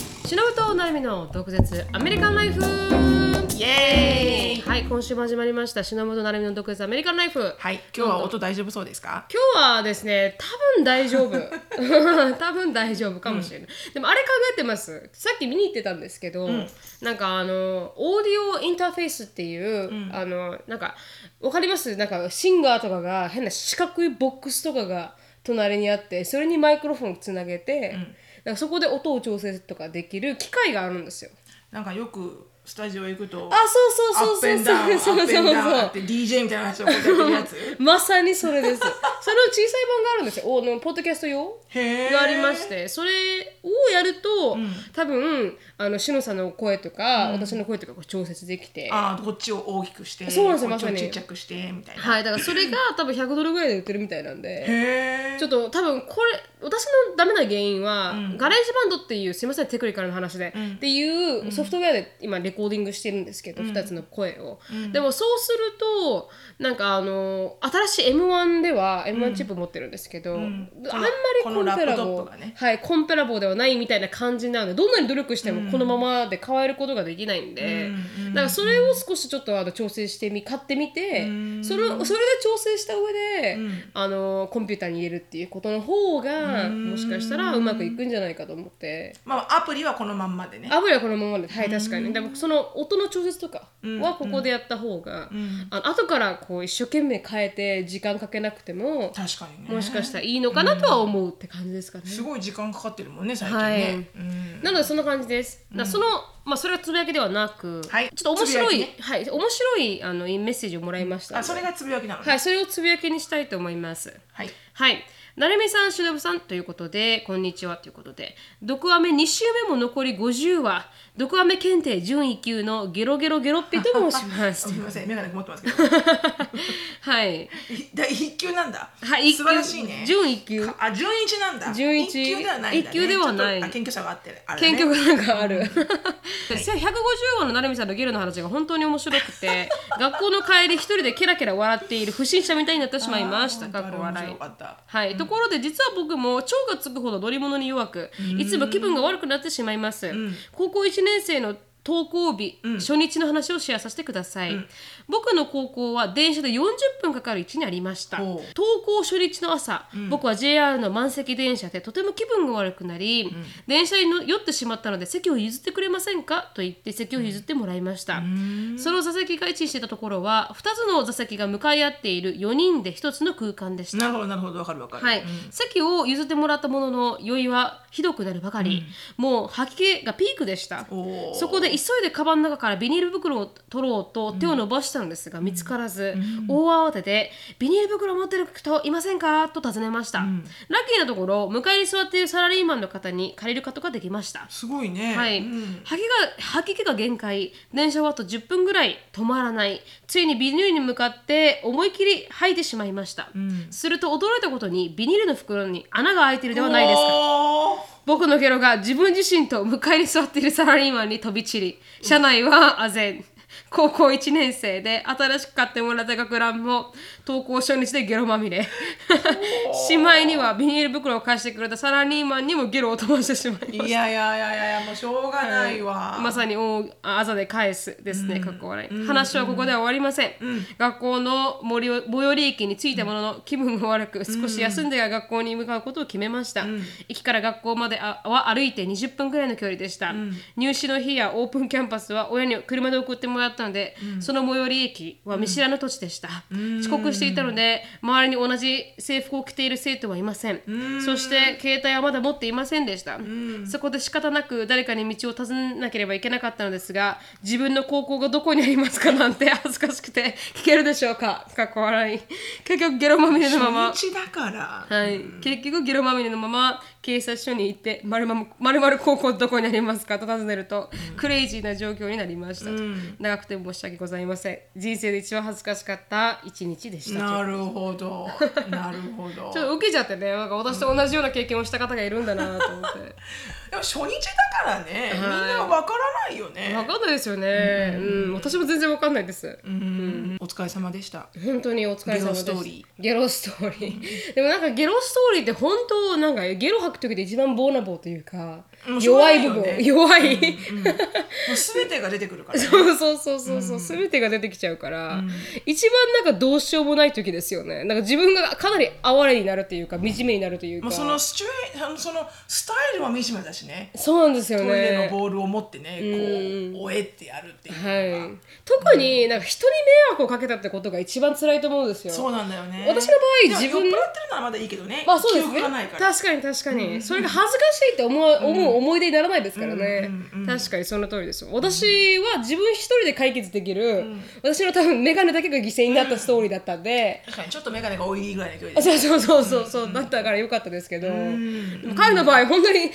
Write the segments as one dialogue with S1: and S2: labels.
S1: 藤成美の独舌アメリカンライフ
S2: イエーイ
S1: はい今週も始まりました篠本成美の独舌アメリカンライフ
S2: はい、今日は音大丈夫そうですか
S1: 今日はですね多分大丈夫 多分大丈夫かもしれない、でもあれ考えてますさっき見に行ってたんですけど、なんかあのオーディオインターフェースっていう、あのなんかわかりますなんかシンガーとかが変な四角いボックスとかが隣にあってそれにマイクロフォンつなげて、なんかそこで音を調整とかできる機械があるんですよ。
S2: なんかよくスタジオへ行くと
S1: あそうそうそうそうそう
S2: ア
S1: そ
S2: ッ
S1: う
S2: ペンダウンアッペンダウン
S1: そ
S2: あ
S1: う
S2: って DJ みたいな話をこうやってやるやつ
S1: まさにそれです。それの小さい版があるんですよ。おのポッドキャスト用
S2: へ ー
S1: がありまして、それをやると、多分あのしのさんの声とか、私の声とかこう調節できて、は
S2: あーこっちを大きくして
S1: そうなんですよ
S2: こっちを
S1: まさに
S2: ちっちゃくしてみたいな、
S1: いだからそれが多分100ドルぐらいで売ってるみたいなんで。
S2: へえ
S1: ちょっと多分これ私のダメな原因は、ガレージバンドっていうすいませんテクニカルな話で、っていうソフトウェアで今レコーディングしてるんですけど、2つの声を、でもそうするとなんかあの新しい M1 では M1 チップ持ってるんですけど、あんまりコ
S2: この
S1: ンペラ
S2: このラップトッ
S1: ボ
S2: プがね
S1: はいコンペラボではないみたいな感じなのでどんなに努力してもこのままで変えることができないんで、だからそれを少しちょっとあの調整してみ買ってみて、それをそれで調整した上で、あのコンピューターに入れるっていうことの方が、もしかしたらうまくいくんじゃないかと思って。
S2: まあアプリはこのまんまでね
S1: アブリはこのままではい確かにでもその音の調節とかはここでやった方が、あの後からこう一生懸命変えて時間かけなくても
S2: 確かにね
S1: もしかしたらいいのかなとは思うって感じですかね。
S2: すごい時間かかってるもんね最近
S1: はい
S2: ね、うん
S1: なのでそんな感じです。だからその、まあそれはつぶやきではなく、
S2: はい
S1: ちょっと面白い、
S2: つぶや
S1: はい面白いあのメッセージをもらいましたので、
S2: あそれがつぶやきなのね
S1: はいそれをつぶやきにしたいと思います。
S2: はい、
S1: はい。なるみさん、しのぶさんということで、こんにちはということで、毒アメ2週目も残り50話、毒アメ検定準1級のゲロゲロゲロッピと申しま
S2: あす
S1: す
S2: み。ません眼鏡曇ってます けど
S1: はい。
S2: 第一級なんだ、
S1: はい、
S2: 素晴らしいね
S1: 準1級。
S2: あ、純一なんだ。
S1: 純一
S2: 一級ではないんだ、ね。
S1: 一級ではない
S2: ちょっとあ、謙虚さがあってる。あれね
S1: 研究がなんかある。150話 のなるみさんのゲルの話が本当に面白く て、学校の帰り一人でケラケラ笑っている不審者みたいになってしまいました。かっこ
S2: あれ
S1: 笑
S2: 面
S1: い
S2: 白。かった。
S1: はい、ところで実は僕も腸がつくほど乗り物に弱くいつも気分が悪くなってしまいます、高校1年生の登校日、初日の話をシェアさせてください、僕の高校は電車で40分かかる位置にありました
S2: おう
S1: 登校初日の朝、僕は JR の満席電車でとても気分が悪くなり、電車にの酔ってしまったので席を譲ってくれませんかと言って席を譲ってもらいました、その座席が位置していたところは2つの座席が向かい合っている4人で1つの空間でした
S2: なるほど、なるほど、わかるわかる。
S1: はい、席を譲ってもらったものの酔いはひどくなるばかり、もう吐き気がピークでした
S2: おー
S1: そこで急いでカバンの中からビニール袋を取ろうと手を伸ばしたのですが見つからず、大慌てで「ビニール袋持ってる人いませんか?」と尋ねました、ラッキーなところ向かいに座っているサラリーマンの方に借りることができました
S2: すごいね。
S1: はい、
S2: うん
S1: 吐きが吐き気が限界電車はあと10分ぐらい止まらないついにビニールに向かって思い切り吐いてしまいました、すると驚いたことにビニールの袋に穴が開いてるではないですか
S2: おー
S1: 僕のゲロが自分自身と向かいに座っているサラリーマンに飛び散り車内はあぜん高校1年生で新しく買ってもらった学ランも登校初日でゲロまみれしまいにはビニール袋を貸してくれたサラリーマンにもゲロを飛ばしてしまいました
S2: いやいやいやいやいや、もうしょうがないわ。
S1: まさに大あざで返すですね、かっこ笑い。話はここでは終わりません。学校の森を最寄り駅に着いたものの気分が悪く、少し休んでから学校に向かうことを決めました。駅から学校まであは歩いて20分くらいの距離でした。入試の日やオープンキャンパスは親に車で送ってもらったので、その最寄り駅は見知らぬ土地でした。遅刻していたので、周りに同じ制服を着ている生徒はいません。そして携帯はまだ持っていませんでした。そこで仕方なく誰かに道を尋ねなければいけなかったのですが、自分の高校がどこにありますかなんて 恥ずかしくて聞けるでしょうか。かっこ笑い。結局ゲロまみれのまま。
S2: 初日だから。
S1: はい、結局ゲロまみれのまま警察署に行って「まるまる高校どこにありますか?」と尋ねると、クレイジーな状況になりましたと、長くて申し訳ございません人生で一番恥ずかしかった一日でしたと
S2: なるほど。なるほ ど。
S1: ちょっと受けちゃってねなんか私と同じような経験をした方がいるんだなと思って。
S2: でも初日だからね、みんなわからないよ
S1: わ
S2: ね。
S1: かんないですよね。うん、私も全然わかんないです。
S2: うん、お疲れ様でした。
S1: 本当にお疲れ様です。
S2: ゲロストーリ
S1: ー。ゲロス トーリー。でもなんかゲロストーリーって本当なんかゲロ吐く時で一番ボーナボーというか、
S2: もうしょう
S1: 弱
S2: がない
S1: 部
S2: いよ
S1: 分、
S2: ね
S1: 弱い、
S2: もう全てが出てくるからね
S1: そうそうそうそうそう、全てが出てきちゃうから、一番なんかどうしようもない時ですよねなんか自分がかなり哀れになるというか惨めになるというか、
S2: もうそのシチュエーそのスタイルは惨めだしね
S1: そうなんですよ
S2: トイレ
S1: ね
S2: のボールを持ってねこう追えってやるっていう
S1: はい、特になんか人に迷惑をかけたってことが一番辛いと思うんですよ
S2: そうなんだよね
S1: 私の場合
S2: いや
S1: 自分の
S2: 酔っ払ってるならまだいいけどね
S1: まあそうです
S2: 記
S1: ね
S2: 憶がないから
S1: 確かに確かに、それが恥ずかしいって思う思う思い出にならないですからね、確かにその通りですよ私は自分一人で解決できる、私の多分メガネだけが犠牲になったストーリーだったんで、
S2: 確かにちょっと眼鏡が多いぐらいの距離
S1: あ
S2: で
S1: そうそうそうそうそう、だったからよかったですけど、でも彼の場合本当に助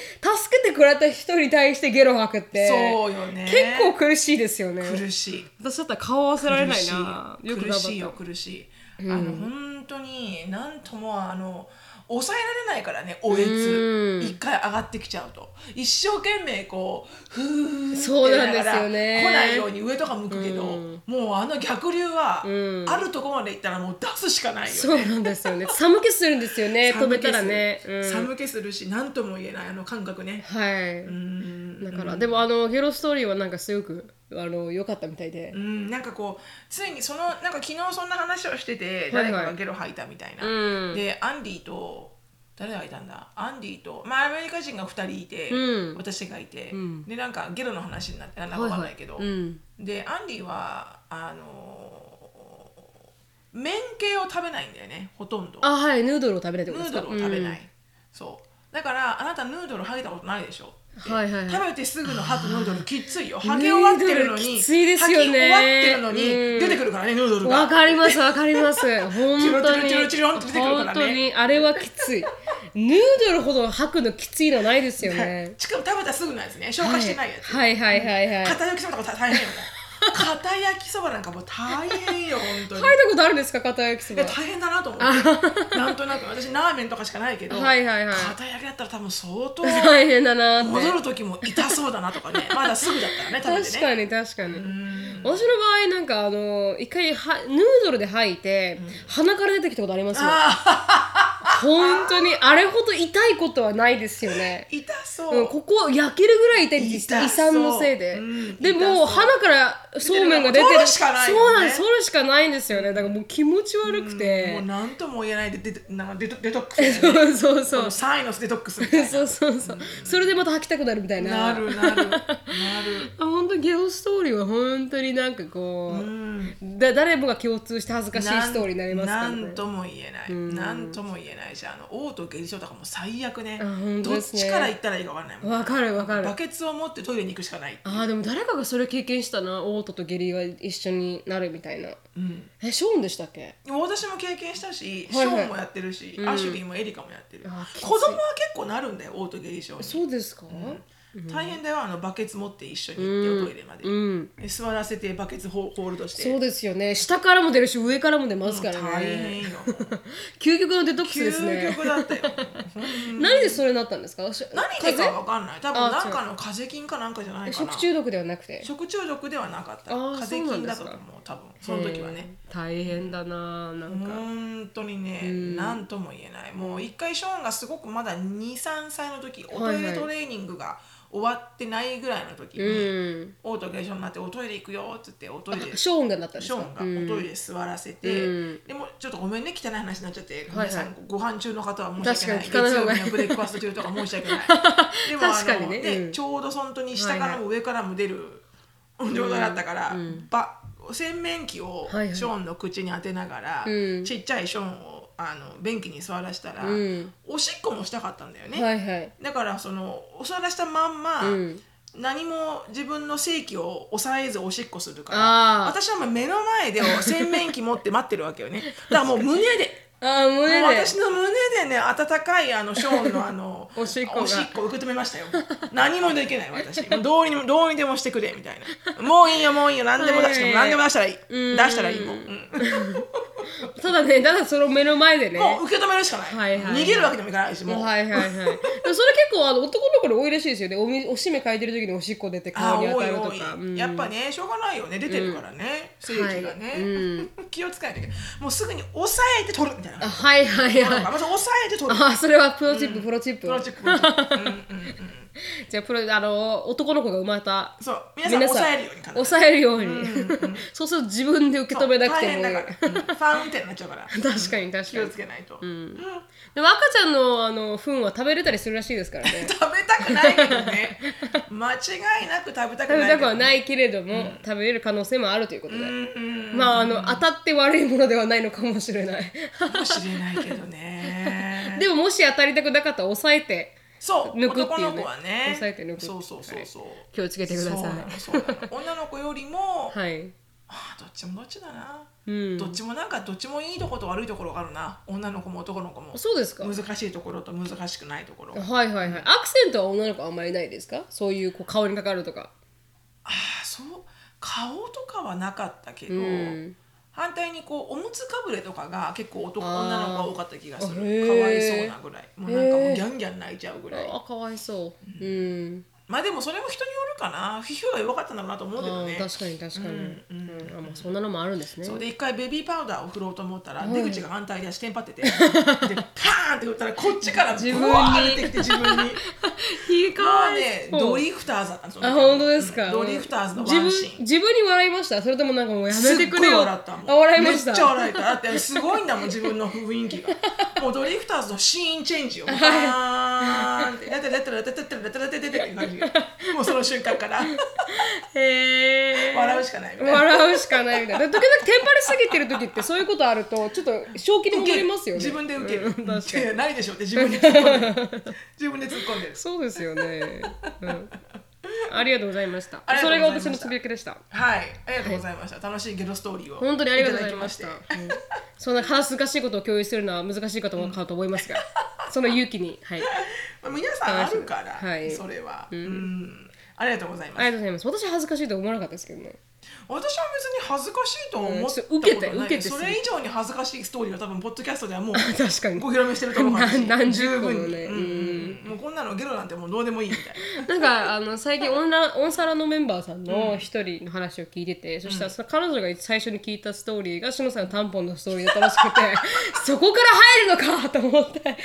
S1: けてくれた人に対してゲロ吐くって
S2: そうよね
S1: 結構苦しいですよね
S2: 苦しい
S1: 私だったら顔合わせられないな
S2: 苦しい苦しいよ
S1: よ
S2: 苦しい、あの本当になんともあの抑えられないからねおえつ一回上がってきちゃうと一生懸命こうふーって
S1: そうなんですよね
S2: やりながら来ないように上とか向くけど、もうあの逆流は、あるとこまで行ったらもう出すしかないよね
S1: そうなんです よね寒気するんですよね止めたらね、うん
S2: 寒気するし何とも言えないあの感覚ね
S1: はい、
S2: うん
S1: だから、でもあのゲロストーリーはなんかすごくあの良かったみたいで
S2: う、ん、なんかこうついにそのなんか昨日そんな話をしてて
S1: はいは
S2: 誰
S1: い
S2: かがゲロ吐いたみたいな、
S1: うん
S2: でアンディと誰がいたんだアンディと、まあ、アメリカ人が2人いて、
S1: うん
S2: 私がいて、
S1: ん
S2: でなんかゲロの話になってなんだかわかんないけど、
S1: はいはいうん
S2: でアンディはあのー麺系を食べないんだよねほとんど
S1: あはいヌードルを食べないってこ
S2: ヌ
S1: とですか
S2: ードルを食べない、
S1: うん
S2: そうだからあなたヌードル吐いたことないでしょって
S1: はいはいはい
S2: 食べてすぐの吐くヌードルきついよ吐き終わってるの
S1: ヌードル
S2: に
S1: きついですよね
S2: 吐き終わってるのに、
S1: うん
S2: 出てくるからねヌードルが
S1: わかりますわかります本当に
S2: チロチロチロチロって出てくるからね
S1: 本当にあれはきついヌードルほど吐くのきついのないですよね
S2: しかも食べたすぐのやつね消化してないやつ、
S1: はいはいはいはいはい
S2: 片焼きそばとか大変よ もう片焼きそばなんかもう大変よ本当に、
S1: 吐いたことあるんですか片焼きそ
S2: い
S1: ば
S2: や大変だなと思ってなんとなく私ラーメンとかしかないけど、
S1: はいはいはい
S2: 片焼きだったら多分相当
S1: 大変だなーって
S2: 戻る時も痛そうだなとか ねまだすぐだったらね食べてね
S1: 確かに確かに私の場合なんかあの一回はヌードルで吐いて、鼻から出てきたことありますよ本当にあれほど痛いことはないですよね
S2: 痛そう、
S1: うん、ここ焼けるぐらい痛いって
S2: 痛そう
S1: 遺産のせいで、
S2: うん
S1: で
S2: 痛そ
S1: も
S2: う
S1: 鼻からそうめんが出て
S2: 取るしかないよね
S1: そうなんです取るしかないんですよねだからもう気持ち悪く
S2: もう
S1: て、
S2: 何とも言えないでデトなんかデトデトックスだよ ね
S1: そうそう
S2: こ
S1: そ
S2: の
S1: う
S2: サイノスデトックスみたいな
S1: そうそうそうそれでまた吐きたくなるみたいな
S2: なるなるなる
S1: あ本当にゲロストーリーは本当になんかこう、だ誰もが共通して恥ずかしいストーリーになりますから
S2: な
S1: ね
S2: んとも言えないなんとも言えないしあの王と下痢症とかも最悪ね
S1: あ本当
S2: ど
S1: で
S2: っ
S1: すね
S2: ちから行ったらいいか分かんないもん
S1: わかるわかる
S2: バケツを持ってトイレに行くしかない
S1: あーでも誰かがそれ経験したなオートと下痢が一緒になるみたいな、えショーンでしたっけ
S2: 私も経験したし、
S1: はいはい
S2: ショーンもやってるし、アシュリーもエリカもやってる
S1: あきつい
S2: 子供は結構なるんだよ王と下痢症に
S1: そうですか、
S2: 大変だよあのバケツ持って一緒に行っておトイレまで、
S1: ん
S2: で座らせてバケツホホールドして
S1: そうですよね下からも出るし上からも出ますから
S2: 大
S1: ね
S2: 変よ
S1: 究極のデトックスです
S2: 究
S1: ね
S2: 極だったよ
S1: 何でそれになったんですか何
S2: 何でかわかんない多分
S1: あ
S2: なんかの風邪菌かなんかじゃないかな
S1: 食中毒ではなくて
S2: 食中毒ではなかった
S1: あー
S2: 風
S1: そう
S2: 邪
S1: なん
S2: 菌
S1: で
S2: だ
S1: す
S2: と
S1: か
S2: 思う多分その時はね
S1: えー大変だななんか、
S2: 本当にね何とも言えないもう一回ショーンがすごくまだ23歳の時おトイレトレーニングが終わってないぐらいの時に、
S1: うん
S2: オートゲーションになっておトイレ行くよっつっておトイレ
S1: ショーンがなったんです
S2: ショ
S1: か
S2: ーンがおトイレ座らせて、でもちょっとごめんね汚い話になっちゃって、皆さんご飯中の方は申し訳ない
S1: 確かに聞かない方が
S2: 月曜日のブレックファースト中とか申し訳ない でも
S1: 確かにね
S2: あの
S1: うん
S2: ちょうど本当に下か
S1: は
S2: ら
S1: い
S2: も上からも出る状態だったから、ば洗面器をシ
S1: はいはい
S2: ョーンの口に当てながら、
S1: うん
S2: ちっちゃいショーンをあの便器に座らせたら、
S1: うん
S2: おしっこもしたかったんだよね、
S1: はいはい
S2: だからそのお座らしたまんま、
S1: うん
S2: 何も自分の性器を抑えずおしっこするか
S1: あー
S2: ら私はもう目の前で洗面器持って待ってるわけ よねだからもう胸で。
S1: ああ胸
S2: もう
S1: で
S2: 私の胸でね温かいあのショーンのあの
S1: おしっこが
S2: おしっこ受け止めましたよ何もできない私もうどうにもどうにでもしてくれみたいなもういいよもういいよ何でも出して、
S1: はい
S2: 何でも出したらいい
S1: うん
S2: 出したらいいもう、うん
S1: ただねただその目の前でね
S2: もう受け止めるしかない、
S1: はいはいはい
S2: 逃げるわけにもいかないしもう、
S1: はいはいはい。でもそれ結構あの男の子に多いらしいですよね。おみおしめ書いてる時におしっこ出て
S2: あ
S1: 顔に
S2: ー
S1: 当
S2: 多
S1: た
S2: い
S1: ると
S2: 多
S1: か。
S2: いやっぱねしょうがないよね出てるからね精液がね
S1: はいうん
S2: 気をつけないといけないもうすぐに押さえて取るみたいな
S1: あはいはいはい。
S2: まず押さえて取る
S1: あそれはプロチップ、プロチップ
S2: プロチックプロチックうんうんうん
S1: じゃあプロあの男の子が生まれた
S2: そう皆さん抑えるように考える
S1: 抑えるように、そうすると自分で受け止めなくてもいい
S2: そう大変だから、うんファウンテンになっちゃうから
S1: 確かに確かに
S2: 気をつけないと、うん
S1: でも赤ちゃんのあの糞は食べれたりするらしいですからね
S2: 食べたくないけどね間違いなく食べたく
S1: 食
S2: な
S1: べ
S2: い
S1: たくは
S2: ね
S1: ないけれども、食べれる可能性もあるということで、
S2: うんうん
S1: まああの当たって悪いものではないのかもしれない
S2: かもしれないけどね
S1: でももし当たりたくなかったら抑えて
S2: そう
S1: 抜くっていうね
S2: 男の子はね
S1: 抑えて抜く
S2: そうそうそうそう、
S1: 気をつけてください
S2: そうなのそうなの 女の子よりも、
S1: はい
S2: あーどっちもどっちだな、
S1: うん
S2: どっちもなんかどっちもいいとこと悪いところがあるな女の子も男の子も
S1: そうですかはい
S2: 難しいところと難しくないところ
S1: はいはいアクセントは女の子はあんまりないですかそういうこう顔にかかるとか
S2: ああそう顔とかはなかったけど、
S1: うん
S2: 反対にこうおむつかぶれとかが結構男
S1: あー
S2: 女の子が多かった気がす
S1: あへ
S2: る
S1: ー
S2: かわいそうなぐらいもうなんか
S1: へ
S2: も
S1: ー
S2: うギャンギャン泣いちゃうぐらい
S1: あかわいそううん、
S2: まあでもそれも人によるかな皮膚が弱かったんだろうなと思うけど
S1: あ
S2: ね
S1: ー確かに確かに、うんあまあ、そんなのもあるんですね
S2: そうで一回ベビーパウダーを振ろうと思ったら出口が反対でテンパっててでパーンって振ったらこっちからブ
S1: 自分に
S2: ワーってきて自分に。
S1: ひい
S2: まあね、ドリフターズだったんですよ。
S1: あ本当ですか、
S2: うんドリフターズのワンシ
S1: 自分
S2: ーン。
S1: 自分に笑いましたそれともなんかもうやめてくれよ
S2: すっごい笑ったもん
S1: あ笑いました
S2: めっちゃ笑えただってすごいんだもん自分の雰囲気がもうドリフターズのシーンチェンジをバーンって「ラテラテラテラテラテラテラテ」っていう感じがもうその瞬間から
S1: へえ
S2: 笑うしかないみたいな
S1: 笑うしかないみたいな時々テンパりすぎてる時ってそういうことあるとちょっと正気に戻りますよね
S2: 自分で受ける、
S1: うん確かに
S2: でないでしょって自分で突っ込んでる自分で突っ込んでる
S1: そうですよね、うん、ありがとうございました
S2: ありが
S1: そ
S2: とう
S1: れ
S2: ご
S1: が
S2: ざい
S1: 私の
S2: ました
S1: つぶやきでした
S2: はいありがとうございました、楽しいゲロストーリーを
S1: 本当にありがとうございました
S2: だき
S1: うんそんな恥ずかしいことを共有するのは難しいかと思うかと思いますが、その勇気にはい
S2: まあ皆さんあるから、
S1: はい
S2: それは、うんありがとうございます
S1: ありがとうございます私恥ずかしいと思わなかったですけどね
S2: 私は別に恥ずかしいとは思ったこ
S1: う
S2: と
S1: ん
S2: な
S1: 受
S2: い、
S1: けて受けてする
S2: それ以上に恥ずかしいストーリーは多分ポッドキャスト ではもう
S1: 確かに
S2: ご披露目してると思うから
S1: 何何十個もね
S2: 十分にうんうんうんもうこんなのゲロなんてもうどうでもいいみたい
S1: なんかあの最近オンラオンサラのメンバーさんの一人の話を聞いてて、そしたらその彼女が最初に聞いたストーリーがしのさんのタンポンのストーリーだったらしくて そこから入るのかと思って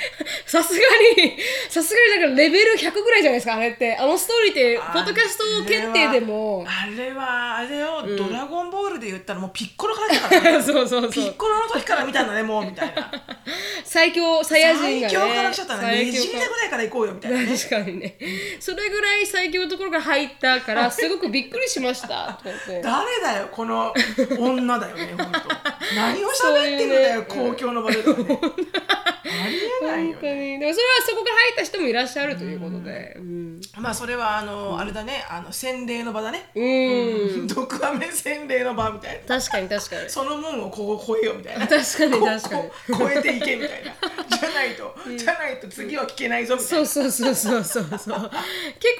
S1: さすがにさすがにだからレベル100ぐらいじゃないですかあれってあのストーリーって
S2: な
S1: ポッドキャスト決定でも、
S2: あれはあれを「ドラゴンボール」で言ったらもうピッコロからだから、ね
S1: そう そう
S2: ピ
S1: そう
S2: ッコロの時から見たんだねもうみたいな
S1: 最強サイヤ人がね
S2: 最強から来ちゃったね
S1: 最
S2: ね
S1: 強
S2: じみ
S1: か
S2: たぐらいから行こうよみたいな
S1: 確かにねそれぐらい最強のところから入ったからすごくびっくりしましたと思って
S2: 誰だよこの女だよ ね本当何を
S1: そう
S2: 喋
S1: いうね
S2: ってんだよ公共の場でとかねありえない
S1: 本
S2: よ
S1: 当
S2: ね
S1: にでもそれはそこから入った人もいらっしゃるということでうん、
S2: まあそれはあの、あれだねあの洗礼の場だね、
S1: うん、
S2: 毒アメ洗礼の場みたいな
S1: 確かに確かに
S2: その門をここ越えようみたいな
S1: 確かに
S2: こ
S1: 確かに
S2: こ越えていけみたいなじゃないと、じゃないと次は聞けないぞみたい
S1: そ
S2: な
S1: うそうそうそうそうそう結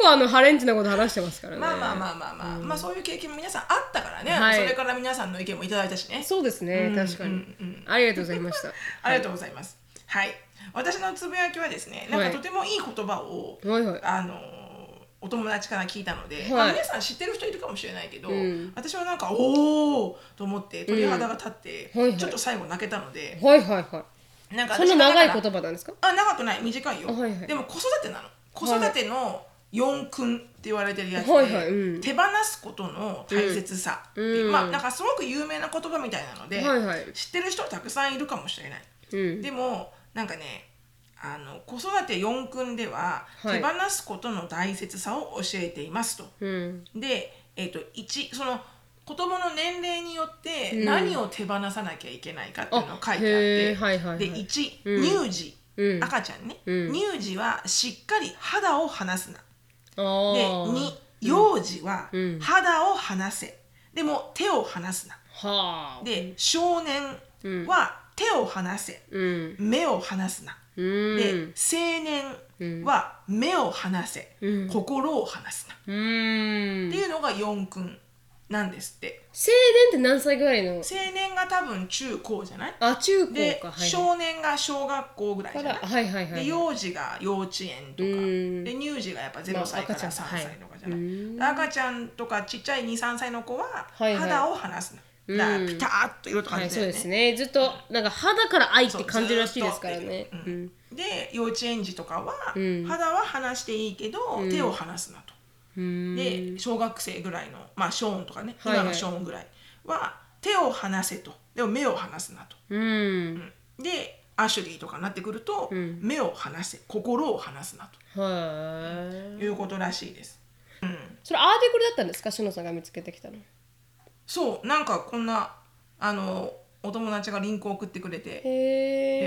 S1: 構あのハレンチなこと話してますからね
S2: まあまあまあまあまあ、まあそういう経験も皆さんあったからね、
S1: はい
S2: それから皆さんの意見もいただいたしね
S1: そうですね確かに、ありがとうございました
S2: ありがとうございますはい私のつぶやきはですねなん
S1: は
S2: か
S1: い
S2: とてもいい言葉を、
S1: はいはい
S2: あのお友達から聞いたので、
S1: い
S2: まあ皆さん知ってる人いるかもしれないけど、
S1: ん
S2: 私はなんかおおと思って鳥肌が立って、
S1: うんはいはい
S2: ちょっと最後泣けたので、
S1: はいはいは
S2: なんか
S1: い
S2: 私
S1: そんな長い
S2: だ
S1: 言
S2: から
S1: 葉なんですか
S2: あ長くない短いよ、
S1: はいはい
S2: でも子育てなの子育ての四訓って言われてるやつで、
S1: はいはいうん
S2: 手放すことの大切さ、
S1: うん
S2: まあなんかすごく有名な言葉みたいなので、
S1: はいはい
S2: 知ってる人たくさんいるかもしれない。
S1: うん
S2: でもなんかねあの子育て4訓では、
S1: はい
S2: 手放すことの大切さを教えていますと。
S1: うん
S2: で、えー、と1その子供の年齢によって何を手放さなきゃいけないかっていうのを書いてあっ
S1: あへー
S2: て、
S1: はいはいはい
S2: で1乳
S1: う
S2: 児、
S1: ん
S2: 赤ちゃんね、
S1: うん
S2: 乳児はしっかり肌を離すな。
S1: あ
S2: で
S1: ー
S2: 2幼児は
S1: うん
S2: 肌を離せ、でも手を離すな。
S1: はあ
S2: で少年は手を離せ、
S1: うん
S2: 目を離すな。
S1: うん
S2: で、青年は目を離せ、
S1: うん
S2: 心を離すな、
S1: うん
S2: っていうのが四訓なんですって
S1: 青年って何歳ぐらいの
S2: 青年が多分中高じゃない
S1: あ中高
S2: で、
S1: かはい
S2: 少年が小学校ぐらいじ
S1: か
S2: ゃ
S1: ら
S2: ない、
S1: はいはいはい
S2: で幼児が幼稚園とか、
S1: うん
S2: で乳児がやっぱ0歳から
S1: まあ赤
S2: 3
S1: ちゃんはい
S2: 歳とかじゃない、で赤ちゃんとかちっちゃい23歳の子は
S1: はいはい
S2: 肌を離すな、だからピタッと色と
S1: は
S2: 感
S1: い、
S2: じ
S1: そ
S2: だ
S1: う
S2: よね、
S1: ですね。ずっとなんか肌から愛って感じるらしいですからね。
S2: そうずーっとっていううんで幼稚園児とかは、
S1: うん
S2: 肌は離していいけど、
S1: うん
S2: 手を離すなと。
S1: うん
S2: で小学生ぐらいのまあショーンとかね、
S1: はいはい
S2: 今のショーンぐらいは手を離せとでも目を離すなと。
S1: うん
S2: でアシュリーとかになってくると、
S1: うん
S2: 目を離せ心を離すなと
S1: はい
S2: いうことらしいです。
S1: それアーティクルだったんですかしのさんが見つけてきたの
S2: そうなんかこんなあのお友達がリンクを送ってくれて、で
S1: へ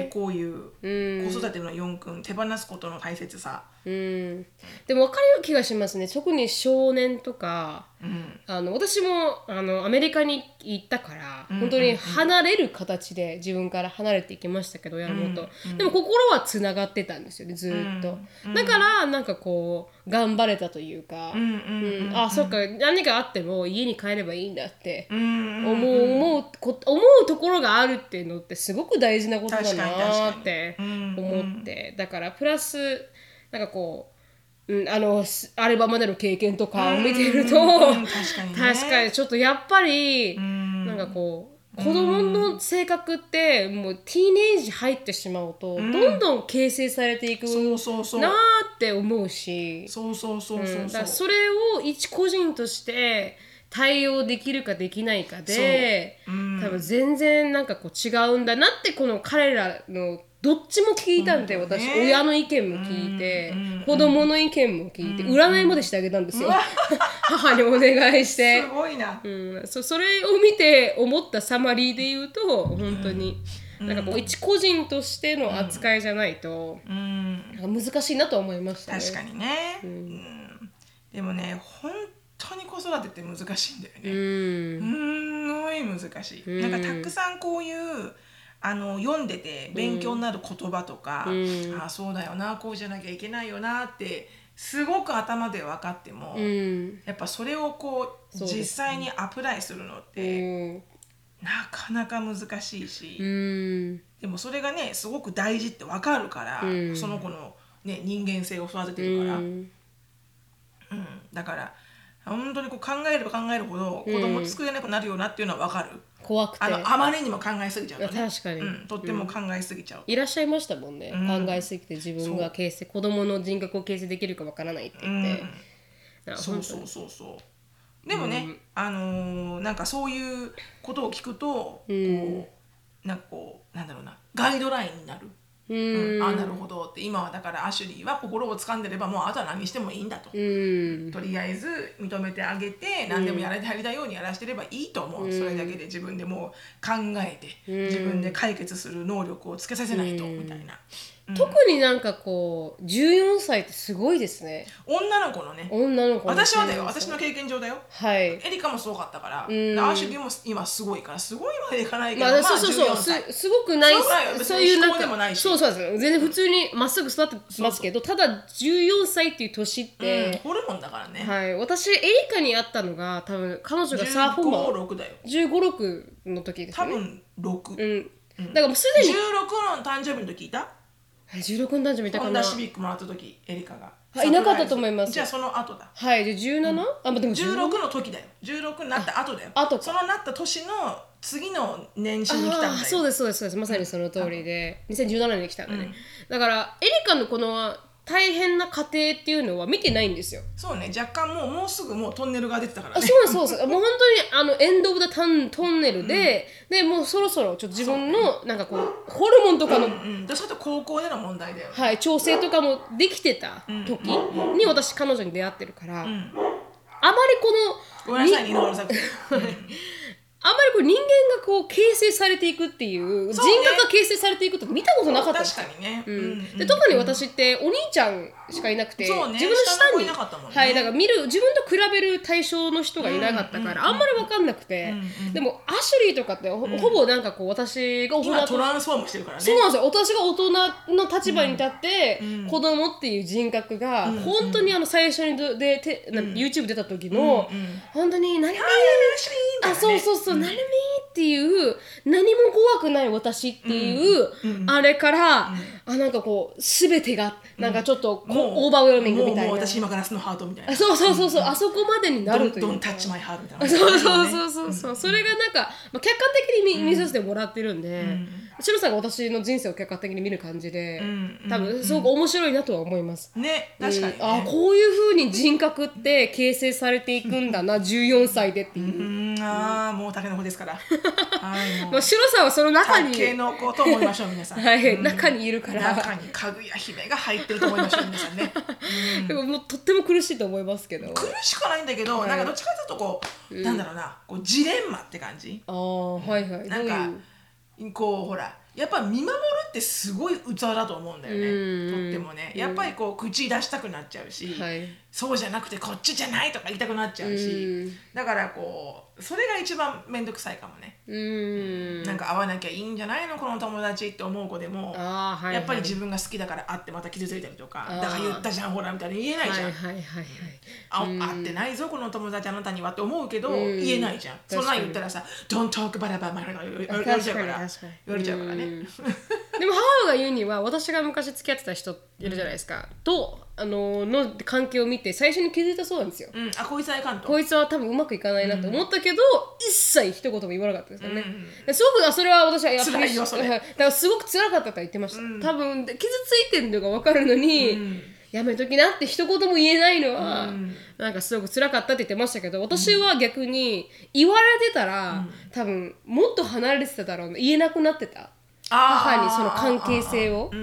S1: え
S2: こういう
S1: うん
S2: 子育ての四君手放すことの大切さ、
S1: うんでも分かるような気がしますね特に少年とか
S2: うん
S1: あの私もあのアメリカに行ったから、
S2: うん
S1: 本当に離れる形で自分から離れていきましたけど親のこと、でも心はつながってたんですよねずーっと、
S2: うん
S1: だからなんかこう頑張れたというか、
S2: うんうんうん
S1: うんあそっか何かあっても家に帰ればいいんだって
S2: うん
S1: 思う,、思うこ思うところがあるっていうのってすごく大事なことだな
S2: 確かに確か
S1: ー
S2: に
S1: って
S2: うん
S1: 思ってだからプラスなんかこう、うん、あのすアルバムでの経験とかを見てると、
S2: うん確かにね
S1: 確かにちょっとやっぱり、
S2: ん
S1: なんかこう子供の性格ってもうティーネイジ入ってしまうと、どんどん形成されていく
S2: そうそうそう
S1: なーって思うし。
S2: そうそうそうそう
S1: うんだか
S2: そ
S1: らそ
S2: う
S1: れを一個人として対応できるかできないかで、
S2: そううん
S1: 多分全然なんかこう違うんだなってこの彼らのどっちも聞いたんで、
S2: そうだ
S1: 私
S2: ね
S1: 親の意見も聞いて、
S2: うんうん
S1: 子供の意見も聞いて、占いまでしてあげたんですよ、母にお願いして
S2: す。ごいな、
S1: うん、そそれを見て思ったサマリーで言うと本当に、なんかこう一個人としての扱いじゃないと、
S2: うん、
S1: なんか難しいなと思いましたね。
S2: 確かにね、うんでもね本当に子育てって難しいんだよね、
S1: うん
S2: すんごい難しい、
S1: うん
S2: なんかたくさんこういうあの読んでて勉強になる言葉とか、
S1: うん
S2: あそうだよなこうじゃなきゃいけないよなってすごく頭で分かっても、
S1: うん
S2: やっぱそれをこう
S1: そうですね
S2: 実際にアプライするのって、
S1: うん
S2: なかなか難しいし、
S1: うん
S2: でもそれがねすごく大事って分かるから、
S1: うん
S2: その子の、ね、人間性を育ててるから、うん、だから本当にこう考えれば考えるほど子供作れなくなるよなっていうのは分かる、
S1: 怖くて
S2: あのあまりにも考えすぎちゃうとね
S1: 確かに、
S2: うん、とっても考えすぎちゃう、
S1: いらっしゃいましたもんね、
S2: うん
S1: 考えすぎて自分が形成子供の人格を形成できるかわからないって言って、なんか
S2: そ
S1: 本
S2: う
S1: 当
S2: そう
S1: に
S2: そうそうでもね、あのーなんかそういうことを聞くと、こうなんかこうなんだろうなガイドラインになる、
S1: う
S2: うんんあなるほどって今はだからアシュリーは心を掴んでればもうあとは何してもいいんだと、
S1: うん
S2: とりあえず認めてあげて何でもやられてやりたいようにやらしてればいいと思う、それだけで自分でもう考えて、自分で解決する能力をつけさせないと、みたいな
S1: 特になんかこう14歳ってすごいですね
S2: 女の子のね
S1: 女の子の
S2: 私はだよ
S1: 14歳
S2: 私の経験上だよ
S1: はい
S2: エリカもすごかったから、
S1: ん
S2: アーシュリーも今すごいからすごいまでいかないけど、
S1: まあ、そうそうそう
S2: 14歳
S1: すすごくない
S2: そうだよ別に
S1: そういうなん
S2: 非行でもな
S1: か
S2: いし
S1: そうそうそう全然普通にまっすぐ育ってますけどただ14歳っていう年って、
S2: うんホルモンだからね、
S1: はい、私エリカに会ったのが多分彼女がサーフォーマー
S2: 1516だよ
S1: 1 5 6の時です
S2: 多
S1: よね
S2: 分6、
S1: うんだからもうすでに
S2: 16の誕生日の時いた
S1: 16の男女見た
S2: ホ
S1: か
S2: ン
S1: な
S2: ダシビックもらった時エリカが
S1: あいなかったと思います
S2: じゃあその後だ
S1: はいで 17?、あまあでも
S2: 16の時だよ16になった後だよ
S1: あ後か
S2: そのなった年の次の年始に来たんだよ
S1: ああそうですそうですそうですまさにその通りで2017年に来たんだね、だからエリカのこの大変な過程っていうのは見てないんですよ
S2: そうね若干もうもうすぐもうトンネルが出てたから
S1: あ
S2: ね
S1: そうですそうですもう本当にあのエンド・オブ・ザ・タントンネルで、でもうそろそろちょっと自分のなんかこうホルモンとかの
S2: うん、でそれと高校での問題だよね
S1: はい、調整とかもできてた時に私彼女に出会ってるから、あまりこ
S2: ご
S1: の
S2: めん
S1: に
S2: なさい、二郎作品。
S1: あまりこう人間がこう形成されていくっていう人
S2: そうね
S1: 格が形成されていくとか見たことなかったんです
S2: 確
S1: よ
S2: かにね。う
S1: うん
S2: ん
S1: で特に私ってお兄ちゃんしかいなくて、
S2: そうね
S1: 自分の
S2: 下の
S1: 下
S2: 子
S1: に
S2: いなかったもんね
S1: はい、だから見る自分と比べる対象の人がいなかったから、あんまり分かんなくて、でもアシュリーとかってほ,、ぼなんかこう私が大人
S2: 今
S1: と
S2: トランスフォームしてるからね。
S1: そうなんですよ私が大人の立場に立って、子供っていう人格が、本当にあの最初にどでて、な YouTube 出た時の、本当に何も、あそうそうそう、何もっていう何も怖くない私っていう、あれから、あなんかこう全てがなんかちょっとこう、オーバーウェルミングみたいな
S2: もうもう私今ガラスのハートみたいな
S1: あ。そうそうそうそう、あそこまでにな
S2: ド
S1: る
S2: ン
S1: という
S2: ドンタッチマイハートみたいな。
S1: そうそうそうそうそう、それがなんか、まあ、客観的に見見させてもらってるんで、シロさんが私の人生を客観的に見る感じで、
S2: うんうん
S1: 多分すごく面白いなとは思います。
S2: ね確かに、ね
S1: うんあこういうふうに人格って形成されていくんだな14歳でっていうう。
S2: んああもうタケノコで すからはいも
S1: まあ、シロさんはその中
S2: タ
S1: に
S2: ケノコと思いましょう皆さん
S1: はい、
S2: うん
S1: 中にいるから、
S2: 中にかぐや姫が入ってると思いましょう皆さ んね、うん
S1: でももうとっても苦しいと思いますけど。
S2: 苦しくはないんだけど、
S1: はい
S2: なんかどっちかというとこう、なんだろうなこうジレンマって感じ
S1: ああはいはい。
S2: なんか
S1: どういう
S2: こうほらやっぱ見守るってすごい器だと思うんだよね、
S1: うん
S2: とってもねやっぱりこう口出したくなっちゃうし、
S1: はい
S2: そうじゃなくてこっちじゃないとか言いたくなっちゃう
S1: う
S2: し、
S1: ん
S2: だからこうそれが一番面倒くさいかもね、
S1: うーん。
S2: なんか会わなきゃいいんじゃないのこの友達って思う子でも、
S1: あーはいはい
S2: やっぱり自分が好きだから会ってまた傷ついたりとか
S1: あー
S2: だから言ったじゃんほらみたいに言えないじゃん、
S1: はいはいはいはい。
S2: あ会ってないぞこの友達あなたにはって思うけど、
S1: ん
S2: 言えないじゃん
S1: 確かに
S2: そんなん言ったらさ「Don't talk about my mind」言われちゃうから
S1: 確かに確かに
S2: 言われちゃうからね、
S1: うん でも母が言うには私が昔付き合ってた人いるじゃないですか、とあのの関係を見て最初に気づいたそうなんですよ、
S2: うん、あこいつはいかんと
S1: こいつは多分うまくいかないなと思ったけど、一切一言も言わなかったですよね、ですごくあそれは私はやっぱり
S2: 辛いよそれ
S1: だからすごく辛かったとは言ってました、多分で傷ついてるのが分かるのに、やめときなって一言も言えないのは、なんかすごく辛かったって言ってましたけど私は逆に言われてたら、多分もっと離れてただろうな言えなくなってた母にその関係性を
S2: を、うん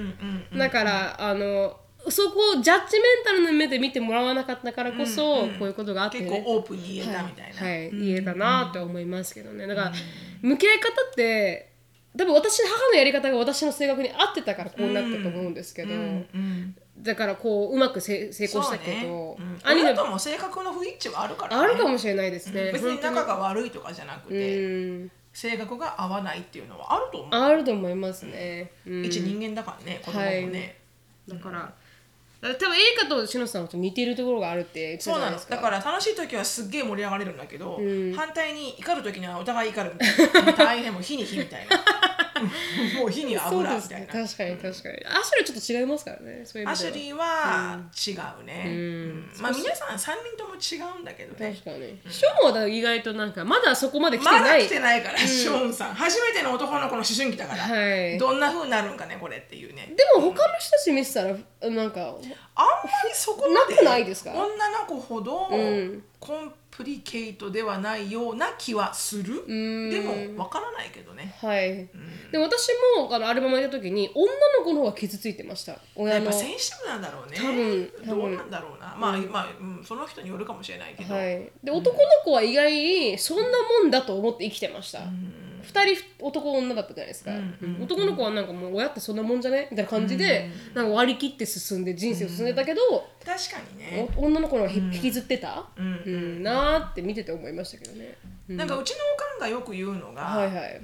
S2: うん
S1: だからあのそこをジャッジメンタルの目で見てもらわなかったからこそ、こういうことがあって、ね、
S2: 結構オープンに言えたみたいな、
S1: はい、はい言えたなと思いますけどねだから、向き合い方って多分私母のやり方が私の性格に合ってたからこうなったと思うんですけど、
S2: うん
S1: だからこううまくせ成功
S2: そ
S1: し
S2: う
S1: た
S2: ね
S1: けど、
S2: うん、
S1: 兄
S2: 親
S1: の
S2: とも性格の不一致はあるから、ね、
S1: あるかもしれないですね、
S2: 別に仲が悪いとかじゃなく
S1: う
S2: て、
S1: ん
S2: 性格が合わないっていうのはあると思う、
S1: あると思いますね、うん
S2: 一人間だからね子供もね、
S1: だからだから多分エリカとしのさんと似てるところがあるって言ってたじ
S2: そう
S1: ゃ
S2: ないの
S1: ですか
S2: だから楽しい時はすっげえ盛り上がれるんだけど、反対に怒る時にはお互い怒るみたいな大 変もう火に火みたいな うんもう火に
S1: そう
S2: 油
S1: で
S2: み
S1: す
S2: たい
S1: ね
S2: な、
S1: 確かに確かにアシュリーちょっと違いますからねそういう意
S2: ア
S1: 味
S2: シ
S1: で
S2: ュ
S1: は
S2: リーは違うね、うんまあ皆さん3人とも違うんだけどね
S1: 確かにショーンはだから意外となんかまだそこまで来て
S2: ま
S1: な
S2: だ
S1: い
S2: 来てないから、ショーンさん初めての男の子の思春期だから、
S1: はい
S2: どんな風になるんかねこれっていうね
S1: でも他の人たち見てたらなんか
S2: あんまりそこまで
S1: なくないですか
S2: 女の子ほどコンプリケートではないような気はする、でもわからないけどね
S1: はい、でも私もあのアルバムやった時に女の子の方が傷ついてました親
S2: やっ
S1: の
S2: ぱセンシティブなんだろうね
S1: 分多分
S2: どうなんだろうなまあ、まあうん、その人によるかもしれないけど、
S1: はい、で男の子は意外にそんなもんだと思って生きてました、二2人男女だったじゃないですか、男の子はなんかもう親ってそんなもんじゃねみたいな感じで、なんか割り切って進んで人生を進んでたけど、
S2: 確かにね、
S1: お女の子の方がひ引きずってた、うんなーって見てて思いましたけどね、
S2: なんかうちのおかんがよく言うのが、
S1: はいはい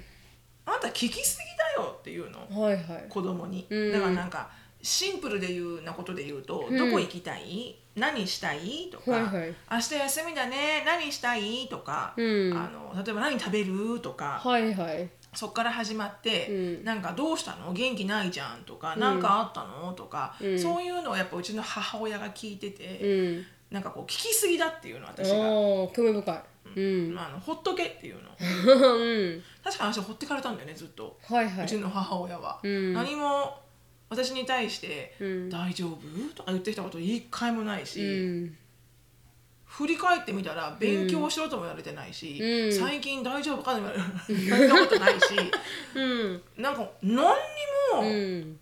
S2: あなた聞きすぎだよっていうの
S1: はいはい
S2: 子供に、だからなんかシンプルで言うなことで言うと、どこ行きたい何したいとか、
S1: はいはい
S2: 明日休みだね何したいとか、
S1: うん
S2: あの例えば何食べるとか、
S1: はいはい
S2: そっから始まって、なんかどうしたの元気ないじゃんとか、なんかあったのとか、そういうのをやっぱうちの母親が聞いてて、
S1: うん
S2: なんかこう聞きすぎだっていうの私が、
S1: おー興味深いうん、
S2: まあ、あのほっとけっていうの
S1: うん、
S2: 確かに私ほってかれたんだよねずっと。
S1: はいは
S2: う
S1: い
S2: ちの母親は、
S1: ん
S2: 何も私に対して
S1: うん
S2: 「大丈夫?」とか言ってきたこと一回もないし、
S1: うん
S2: 振り返ってみたら勉強しろとも言われてないし、
S1: うん
S2: 最近大丈夫かとも言われ言われたこと ないし
S1: うん
S2: なんか何に
S1: う
S2: も
S1: ん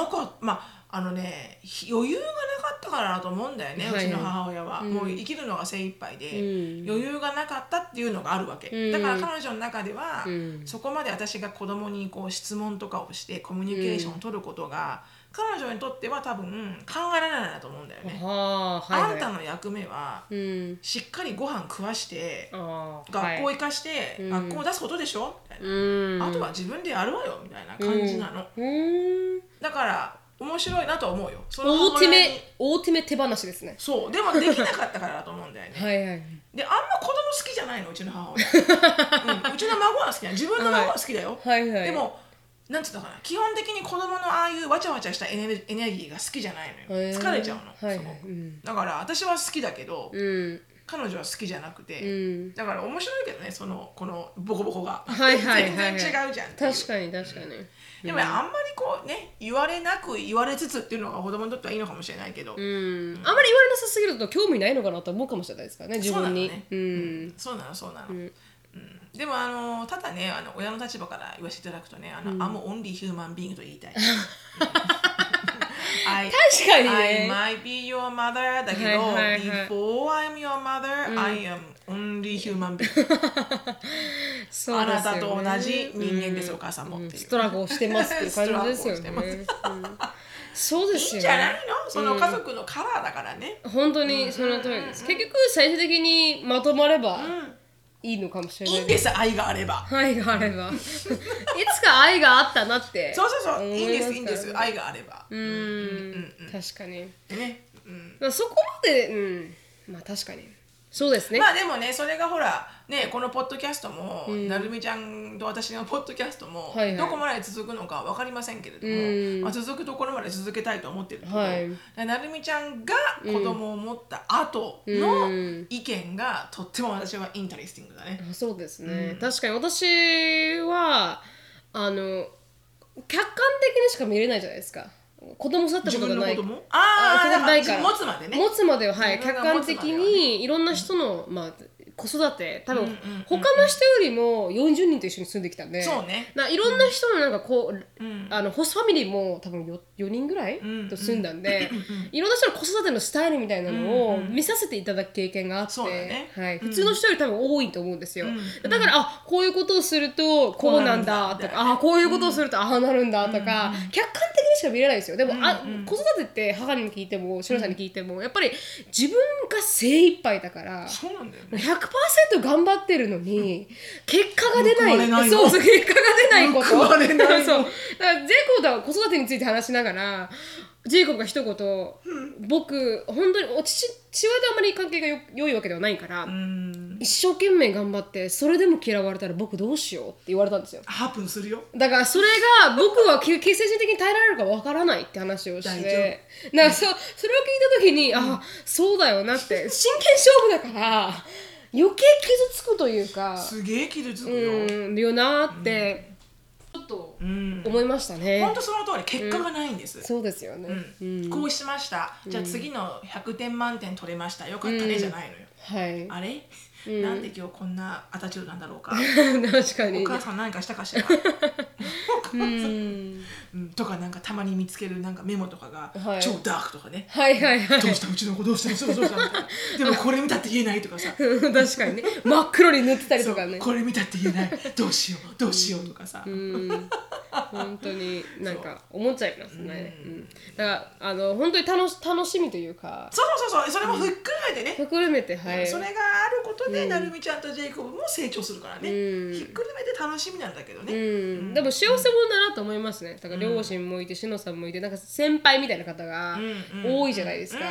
S2: なかったまああのね余裕がなかったからだと思うんだよね、
S1: はいはいう
S2: ちの母親は、もう生きるのが精一杯で、
S1: うん
S2: 余裕がなかったっていうのがあるわけ、
S1: うん
S2: だから彼女の中では、
S1: うん
S2: そこまで私が子供にこう質問とかをしてコミュニケーションを取ることが、彼女にとっては多分考えられないなと思うんだよね。
S1: はあはいはい
S2: あんたの役目は
S1: うん
S2: しっかりご飯食わして
S1: あー
S2: 学校
S1: はい
S2: 行かして、
S1: うん
S2: 学校出すことでしょみたいな、
S1: うん
S2: あとは自分でやるわよみたいな感じなの、
S1: うん
S2: だから面白いなとは思うよその
S1: 大手
S2: 母親
S1: 目
S2: に
S1: 大手目手放しですね
S2: そうでもできなかったからだと思うんだよね、
S1: はいはい
S2: であんま子供好きじゃないのうちの母親、 うん、うちの孫は好きなの自分の孫は好きだよ、
S1: はいはい
S2: でもなんつうのかな基本的に子供のああいうわちゃわちゃしたエネルエネルギーが好きじゃないの
S1: へ
S2: よ
S1: ー
S2: 疲れちゃうの、
S1: はいはい
S2: すごく、
S1: うん
S2: だから私は好きだけど、
S1: うん
S2: 彼女は好きじゃなくて、
S1: うん
S2: だから面白いけどねそのこのボコボコが、
S1: はいはいはいはい
S2: 全然違うじゃんっていう
S1: 確かに確かに
S2: でもあんまりこうね言われなく言われつつっていうのが子供にとってはいいのかもしれないけど、
S1: うん、あんまり言われなさすぎると興味ないのかなと思うかもしれないですからね自分に
S2: そうなのね
S1: うん
S2: そうなのそうなの、うんでもあのただねあの親の立場から言わせていただくとねあの、I'm only human being と言い たい I-
S1: 確かにね
S2: I might be your mother だけど、
S1: はいはいはい
S2: before I'm your mother、I am only human being
S1: そう
S2: あ
S1: で
S2: な
S1: すよ
S2: た
S1: ね
S2: と同じ人間ですよ、お母さんもっていう
S1: ストラゴルしてますっていう感じですよ
S2: ス
S1: ね
S2: トラゴルして
S1: うんそうです
S2: いい
S1: よ
S2: んじゃない
S1: ね
S2: のその家族のカラーだからね、
S1: 本当にその通りです結局最終的にまとまればいいのかもしれない
S2: いいんです愛があれば
S1: 愛があればいつか愛があったなって
S2: そうそうそう、
S1: 思
S2: いいんですい
S1: ま
S2: いん
S1: から
S2: です愛があれば、
S1: うーん確かに
S2: ね、うん
S1: まあそこまでうんまあ確かにそうですね
S2: まあでもねそれがほらねこのポッドキャストも、なるみちゃんと私のポッドキャストも、
S1: はいはい
S2: どこまで続くのか分かりませんけれども、
S1: うん
S2: まあ、続くところまで続けたいと思ってるけど、
S1: はい
S2: なるみちゃんが子供を持った後
S1: う
S2: の
S1: ん
S2: 意見がとっても私はインタレスティングだね。
S1: あそうですね、確かに私はあの客観的にしか見れないじゃないですか子供育った
S2: 自
S1: こと
S2: 分
S1: がな
S2: の子
S1: い
S2: 供ああ
S1: 子供
S2: だから
S1: ないから
S2: 持つまでね。
S1: 持つまでは、はい、
S2: 自分
S1: 客
S2: が
S1: 観的
S2: 持つまでは
S1: にいろんな人の、まあ、子育て多分、
S2: うんうんうんうん
S1: 他の人よりも40人と一緒に住んできたんで
S2: そうね
S1: ないろんな人のなんかこう、
S2: うん
S1: あのホストファミリーも多分 4, 4人ぐらい、
S2: んうん
S1: と住んだんで、いろんな人の子育てのスタイルみたいなのを見させていただく経験があって、
S2: そうだね
S1: はい、普通の人より多分多いと思うんですよ、
S2: ん
S1: だからあこういうことをするとこうなんだ
S2: こうな
S1: と
S2: んだ
S1: かあこういうことをするとああなるんだとか、客観的にしか見れないですよでも、あ子育てって母に聞いても白さんに聞いても、やっぱり自分が精一杯だから。
S2: そうなんだよね。
S1: 100%頑張ってるのに、結果が出
S2: 報わ
S1: ない
S2: れないの
S1: そうそう結果が出ないこと
S2: 報われない
S1: そ
S2: の
S1: うだからジェイコブとは子育てについて話しながらジェイコブが一言、僕本当にお父父親とあまり関係がよ良いわけではないから、
S2: うん
S1: 一生懸命頑張ってそれでも嫌われたら僕どうしようって言われたんですよ
S2: ハープンするよ。
S1: だからそれが僕はき精神的に耐えられるかわからないって話をし
S2: 大
S1: てなんかそそれを聞いた時に、あそうだよなって真剣勝負だから余計傷つくというか
S2: すげえ傷つく
S1: う
S2: よ。
S1: んよなって、ちょっと
S2: うん
S1: 思いましたね、
S2: 本当その通り結果がないんです、
S1: そうですよね、うん
S2: こうしましたじゃあ次の100点満点取れましたよかったねじゃないのよ、
S1: はい
S2: あれ、なんで今日こんなアタチュードなんだろ うか
S1: 確か
S2: お
S1: に
S2: 母さん何かしたか しらお母さ
S1: う
S2: ん
S1: ん
S2: うん とかなんかたまに見つけるなんかメモとかが、
S1: はい
S2: 超ダークとかね
S1: はいはいはい
S2: どうしたうちの子どうしたうちの子どうしたみたいなでもこれ見たって言えないとかさ
S1: 確かにね真っ黒に塗ってたり
S2: そ
S1: と
S2: う
S1: かね
S2: これ見たって言えないどうしようどうしようとかさ、
S1: うん本当になんか思っちゃいますね、うんだからあの本当に楽し楽しみというか
S2: そうそうそうそれもふっくらめてね、
S1: 含めてはい
S2: それがあることで、なるみちゃんとジェイコブも成長するからね、ひっくるめて楽しみなんだけどね、
S1: うん、でも幸せ者だなと思いますねだから両親もいて志乃さんもいてなんか先輩みたいな方が多いじゃないですか、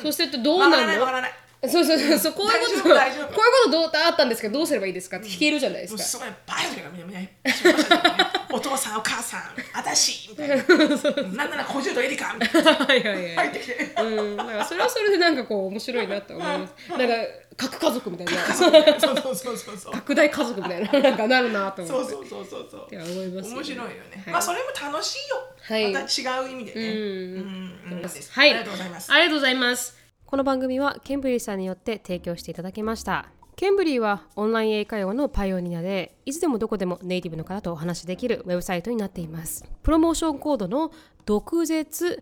S1: そうするとどう
S2: わから
S1: な
S2: ない
S1: る
S2: わ
S1: の
S2: からない
S1: そうそうそうそうこういうことこう
S2: 大
S1: いう
S2: 丈夫大丈夫
S1: ことどうあったんですけどどうすればいいですかって聞けるじゃないです
S2: も う
S1: か、
S2: すごいバイオリンがみんなね失敗したんだよねお父さんお母さん私みたいななんなら小十とエリカみたいな
S1: はいはいは
S2: 入
S1: い
S2: ってきて
S1: うん、だからそれはそれでなんかこう面白いなと思いますなんか核家族みたい な
S2: そうそうそうそうそう
S1: 拡大家族みたいななんかなるなと思って
S2: そうそうそうそうそう
S1: って思いますよね
S2: 面白いよね、
S1: はい
S2: まあそれも楽しいよ、
S1: はい
S2: また違う意味でねうんうんです
S1: はい
S2: ありがとうございます
S1: ありがとうございますこの番組はケンブリーさんによって提供していただきましたケンブリーはオンライン英会話のパイオニアでいつでもどこでもネイティブの方とお話しできるウェブサイトになっていますプロモーションコードの独舌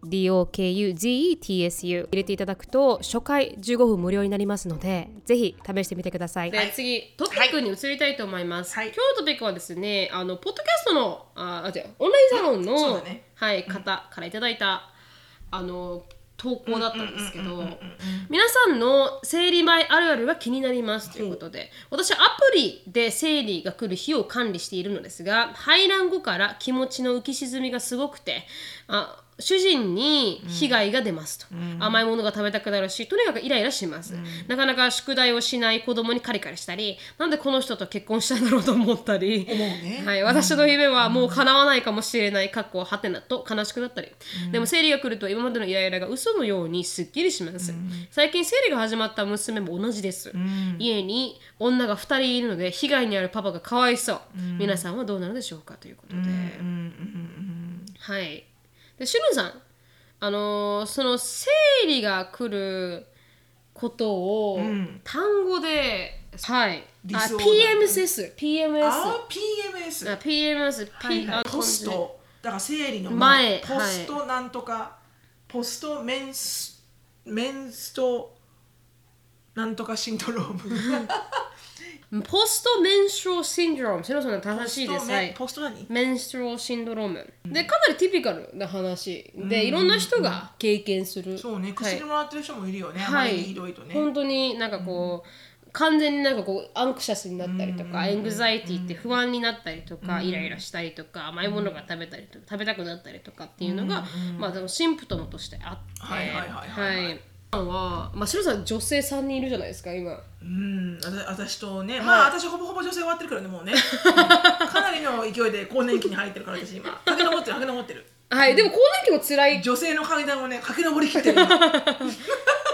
S1: DOKUZETSU 入れていただくと初回15分無料になりますのでぜひ試してみてください、
S2: はい
S1: 次トピックに移りたいと思います、
S2: はい
S1: 今日のトピックはですねあのポッドキャストのああ違うオンラインサロンの
S2: そうだね
S1: はい、方からいただいたあの投稿だったんですけど皆さんの生理前あるあるが気になりますということで私はアプリで生理が来る日を管理しているのですが排卵後から気持ちの浮き沈みがすごくてあ主人に被害が出ますと、甘いものが食べたくなるしとにかくイライラします、なかなか宿題をしない子供にカリカリしたりなんでこの人と結婚したんだろうと思ったり
S2: 思うね
S1: はい、私の夢はもう叶わないかもしれない過去はてなと悲しくなったり、でも生理が来ると今までのイライラが嘘のようにすっきりします、最近生理が始まった娘も同じです、家に女が2人いるので被害に遭うパパがかわいそう、皆さんはどうなのでしょうかということで、
S2: うんうんうんうん
S1: はい。で、シュンさん、あのーその生理が来ることを
S2: ん
S1: 単語で、はい。
S2: 理
S1: あ、
S2: 想だ
S1: PMS、PMS。あ
S2: あ PMS
S1: あ PMS、P、
S2: はいはい
S1: あ
S2: ポス。トだから生理の
S1: 前は
S2: 前
S1: い
S2: ポストなんとか、ポストメンスメンストなんとかシンドローム
S1: ポストメンストラルシンドローム。シュンさんの正しいで
S2: ポス
S1: す。
S2: ト
S1: は
S2: メン
S1: い。
S2: ポスト何
S1: メンストラルシンドローム。で、かなりティピカルな話で、いろんな人が経験する。
S2: そうね
S1: はい
S2: 薬もらってる人もいるよね、あま
S1: は
S2: り
S1: い
S2: ひどいとね、
S1: 本当になんかこう、完全になんかこうアンクシャスになったりとか、エングザイティって不安になったりとか、イライラしたりとか甘いものが食べたりとか食べたくなったりとかっていうのが、まあでもシンプトムとしてあって
S2: はいはいはいはいはい
S1: はい今はまあ白さん女性3人いるじゃないですか今
S2: うんあた私とね、まあ私ほぼほぼ女性終わってるからねもうね、うんかなりの勢いで更年期に入ってるから私今駆け上ってる駆け上ってる
S1: はいでも更年期も辛い
S2: 女性の階段をね駆け上りきっ てる今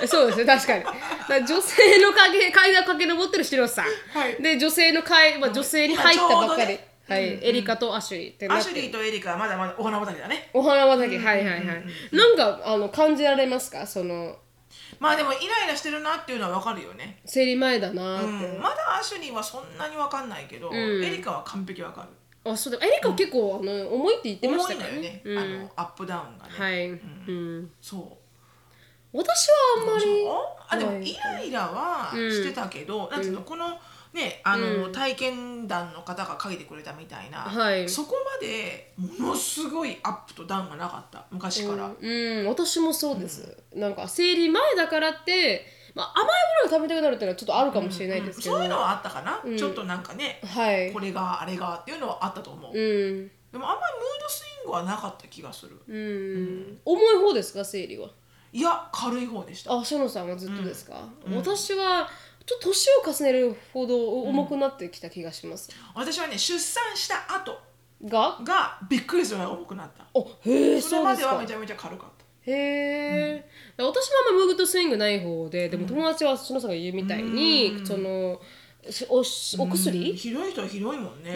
S1: そうですね確かにだから女性の影階段を駆け上ってる白さん、
S2: はい
S1: で女性の階、まあ、女性に入ったばっかり、
S2: 今ちょうどね
S1: はい、エリカとアシュリーってなっ
S2: ア
S1: て
S2: シュリーとエリカはまだまだお花畑だね
S1: お花畑、はいはいはい。なんかあの感じられますかその
S2: まあでもイライラしてるなっていうのはわかるよね、
S1: 生理前だな
S2: う
S1: ーって。
S2: ん、まだアシュリーはそんなにわかんないけど、エリカは完璧わかる
S1: あそうだエリカは結構、あの重いって言ってまし
S2: 重
S1: た
S2: いん
S1: か
S2: だ
S1: ら
S2: よ
S1: ね。、
S2: ねあのアップダウンがね、
S1: はい、うん。
S2: そう
S1: 私はあんまり
S2: あでも
S1: はい
S2: イライラはしてたけど、なんていうのこのねあの、体験談の方が書いてくれたみたいな、
S1: はい
S2: そこまでものすごいアップとダウンがなかった昔から、
S1: うん私もそうです、なんか生理前だからって、まあ、甘いものが食べたくなるっていうのはちょっとあるかもしれないですけど、
S2: そういうのはあったかな、ちょっとなんかね
S1: はい
S2: これがあれがっていうのはあったと思う、
S1: うん
S2: でもあんまりムードスイングはなかった気がする、
S1: うん、重い方ですか生理はい
S2: や軽い方でした
S1: あ、シノさんはずっとですか、私はちょっと年を重ねるほど重くなってきた気がします、
S2: 私はね出産した後
S1: が
S2: がびっくりするぐらい重くなった
S1: あへえ
S2: そ
S1: そ
S2: れ
S1: う
S2: ま
S1: で
S2: ですは
S1: か
S2: めちゃめちゃ軽かった
S1: へえ、私もあんまムードスイングない方ででも友達は篠さんが言うみたいに、そのしおしお薬、
S2: ひどい人はひどいもんね、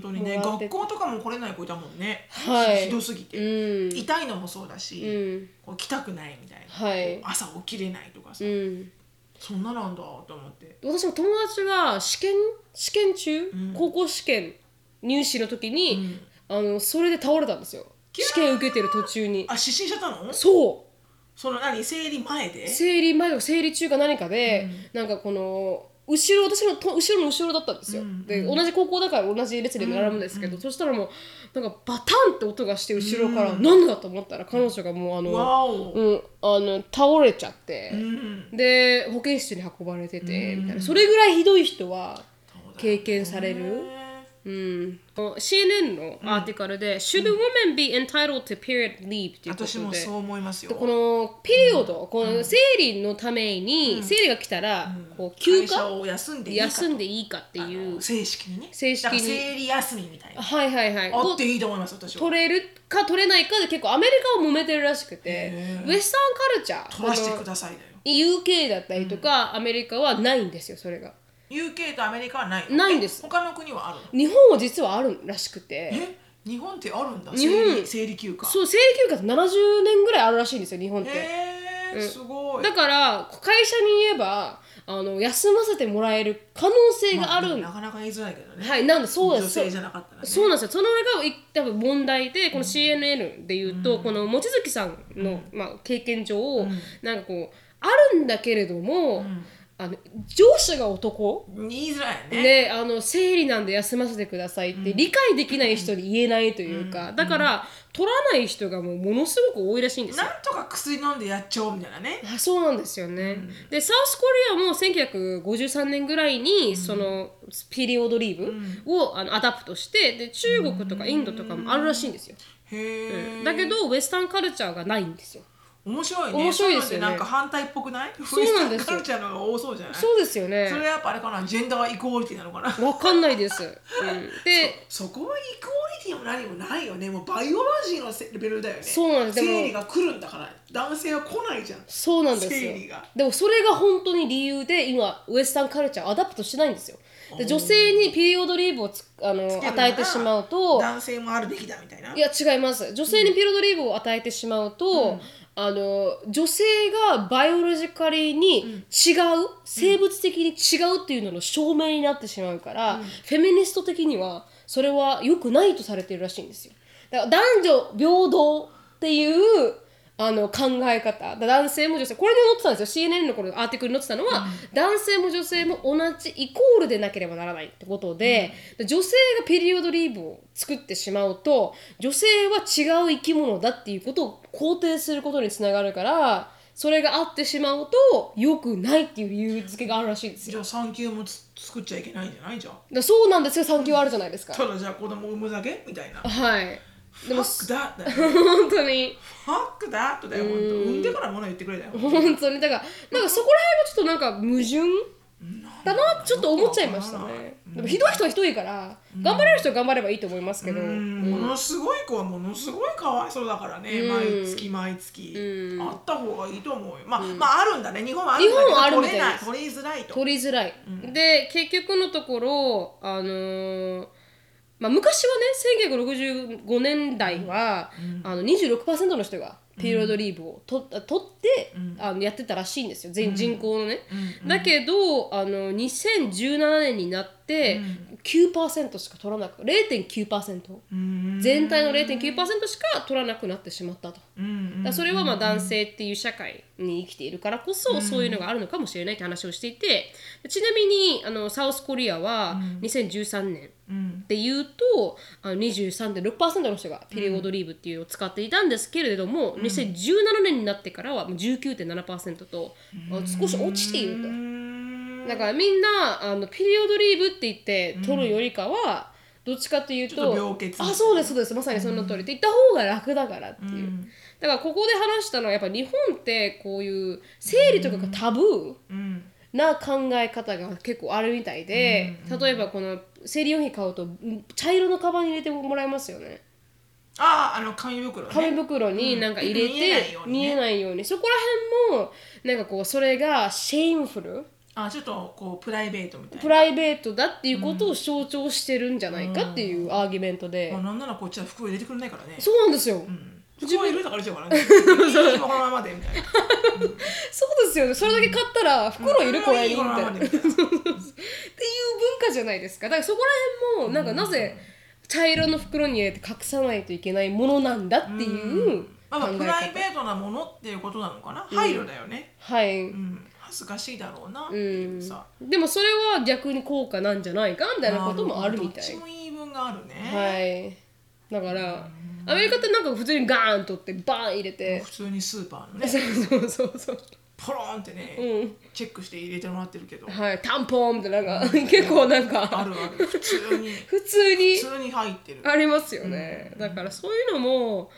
S2: 本当にね
S1: もらって
S2: 学校とかも来れない子いたもんね、
S1: はい
S2: ひどすぎ
S1: う
S2: て、
S1: ん
S2: 痛いのもそうだし、
S1: うん
S2: こう来たくないみたいな、
S1: はい
S2: 朝起きれないとかさ、
S1: うん
S2: そんななんだと思って
S1: 私も友達は試験試験中、高校試験入試の時に、あのそれで倒れたんですよ
S2: キャー
S1: 試験受けてる途中に
S2: あ失神しちゃったの
S1: そう
S2: その何生理前で
S1: 生理前とか生理中か何かで、なんかこの後ろ私のと後ろの後ろだったんですよ、で同じ高校だから同じ列で並ぶんですけど、そしたらもうなんかバタンって音がして後ろから、なんだと思ったら彼女がもうあの、
S2: わお、
S1: うん、あの倒れちゃって、
S2: うん
S1: で保健室に運ばれてて、みたいなそれぐらいひどい人は経験される。うん CNN のアーティカルで「Should women be entitled to period leave?」っていうことで
S2: 私もそう思いますよ
S1: このピリオド、この生理のために、生理が来たら、こう休
S2: 会社
S1: 暇
S2: を休んでいいか
S1: 休んでいいかっていう
S2: 正式にね
S1: 正式に
S2: だから生理休みみたいな
S1: はいはいはい
S2: あっ
S1: を
S2: ていいと思います私は
S1: 取れるか取れないかで結構アメリカは揉めてるらしくてウエスタンカルチャー
S2: 取らせて
S1: こ
S2: く
S1: の
S2: ださいだよ
S1: UK だったりとか、アメリカはないんですよそれが
S2: UK とアメリカはないの
S1: ないんです
S2: え他の国はあるの
S1: 日本は実はあるらしくて
S2: え日本ってあるんだ
S1: 日本
S2: 生理生理休暇
S1: そう生理休暇って70年ぐらいあるらしいんですよ日本って、
S2: へえすごい
S1: だから会社に言えばあの休ませてもらえる可能性があるん
S2: なかなか言いづらいけどね
S1: はい、なんでそうなん
S2: 女
S1: です
S2: 性じゃなかったらね
S1: そうなんですよその俺がい多分問題でこの CNN で言うと、この望月さんの、まあ、経験上、なんかこうあるんだけれども、あの上司が男
S2: 言いづらいよね
S1: であの生理なんで休ませてくださいって理解できない人に言えないというか、だから取らない人がもうものすごく多いらしいんですよ
S2: なんとか薬飲んでやっちゃおうみたいなね
S1: あそうなんですよね、でサウスコリアも1953年ぐらいに、そのピリオドリーブを、あのアダプトしてで中国とかインドとかもあるらしいんですよ、
S2: へえ
S1: だけどウエスタンカルチャーがないんですよ
S2: 面白いね
S1: 面白いですよね
S2: そううのってなんか反対っぽくない
S1: そうなんですよ
S2: カルチャーの方が多そうじゃないそ
S1: そうですよね
S2: れはやっぱあれかなジェンダーイコーリティなのかな
S1: わかんないです、うん、で
S2: そこはイコーリティも何もないよねもうバイオロジーのせレベルだよね
S1: そうなんですでも
S2: 生理が来るんだから男性は来ないじゃん
S1: そうなんですよ
S2: 生理が
S1: でもそれが本当に理由で今ウエスタンカルチャーアダプトしてないんですよで女性にピリオドリーブをつあの
S2: つけるなら
S1: 与えてしまうと
S2: 男性もあるべきだみたいない
S1: や違います女性にピリオドリーブを与えてしまうと、あの女性がバイオロジカリーに違う、生物的に違うっていうのの証明になってしまうから、フェミニスト的にはそれは良くないとされてるらしいんですよだから男女平等っていうあの考え方だ男性も女性これに載ってたんですよ CNN の頃のアーティクルに載ってたのは、男性も女性も同じイコールでなければならないってことで、で女性がペリオドリーブを作ってしまうと女性は違う生き物だっていうことを肯定することにつながるからそれがあってしまうと良くないっていう理由付けがあるらしいんです
S2: じ
S1: よ。
S2: ゃあ産休もつ作っちゃいけないんじゃないじゃん
S1: だからそうなんですよ産休はあるじゃないですか。
S2: ただじゃあ子供産むだけみたいな
S1: はい。でも
S2: Fuck that だよ
S1: 本当に。
S2: Fuck that だよ本当産んでから物言ってくれだよ
S1: 本当にだからなんかそこら辺がちょっとなんか矛盾だなってちょっと思っちゃいましたねでもひどい人はひどいから頑張れる人は頑張ればいいと思いますけど、
S2: うんものすごい子はものすごいかわいそうだからね、毎月毎月、あった方がいいと思うよまあ、まああるんだね日本はあるんだけど
S1: 日本はあるみ
S2: 取
S1: たい
S2: れな
S1: で
S2: い
S1: す
S2: 取りづらいと
S1: 取りづらい、で結局のところあのーまあ、昔はね1965年代は、あの26%の人がピリオドリーブをと、取って、あのやってたらしいんですよ全人口のね、だけどあの2017年になって9%しか取らなく0.9%、
S2: うん
S1: 全体の0.9%しか取らなくなってしまったと。
S2: うんうん
S1: だからそれはまあ男性っていう社会に生きているからこそそういうのがあるのかもしれないって話をしていてでちなみにあのサウスコリアは2013年
S2: うん
S1: でいうとあの23.6%の人がピリオドリーブっていうのを使っていたんですけれども2017年になってからはもう19.7%とあ少し落ちていると。だからみんなあのピリオドリーブって言って取るよりかは、どっちかというと
S2: ちょっと病欠
S1: あそうですそうですまさにその通りって言った方が楽だからっていう、だからここで話したのはやっぱ日本ってこういう生理とかがタブー、
S2: うん
S1: な考え方が結構あるみたいで、例えばこの生理用品買うとうん茶色のカバンに入れてもらえますよね
S2: あああの紙袋ね
S1: 紙袋になんか入れて、
S2: 見えないようにね
S1: 見えないようにそこら辺もなんかこうそれがシェイムフル
S2: あちょっとこうプライベートみたい
S1: プライベートだっていうことを象徴してるんじゃないかっていうアーギュメントで、
S2: なもうなんならこっちは服を入れてくれないからね
S1: そうなんですよ、
S2: 服を入れたからじゃからねいいこのままでみたいな
S1: そうですよねそれだけ買ったら袋いるこれに
S2: い
S1: み
S2: いこの
S1: たい
S2: ま
S1: な
S2: ま
S1: っ
S2: で
S1: ていう
S2: みたいな
S1: 文化じゃないですかだからそこら辺もなんかなぜ茶色の袋に入れて隠さないといけないものなんだっていう
S2: ま
S1: 考
S2: あまあ
S1: え
S2: プライベ
S1: 方
S2: ートなものっていうことなのかな配慮だよね
S1: はい
S2: うん恥ずかしいだろうなっていうさ
S1: でもそれは逆に効果なんじゃないかみたいなこともあるみた
S2: どっ
S1: い
S2: ちも言い分がある
S1: は
S2: ね、
S1: いだからアメリカってなんか普通にガーンとってバーン入れて
S2: 普通にスーパーのね
S1: そうそうそうそう
S2: ポロンってね、チェックして入れてもらってるけどあ
S1: はい、タンポンってなんか結構なんか
S2: るある普通に
S1: 普通に
S2: 普通に入ってる
S1: ありますよね、だからそういうのも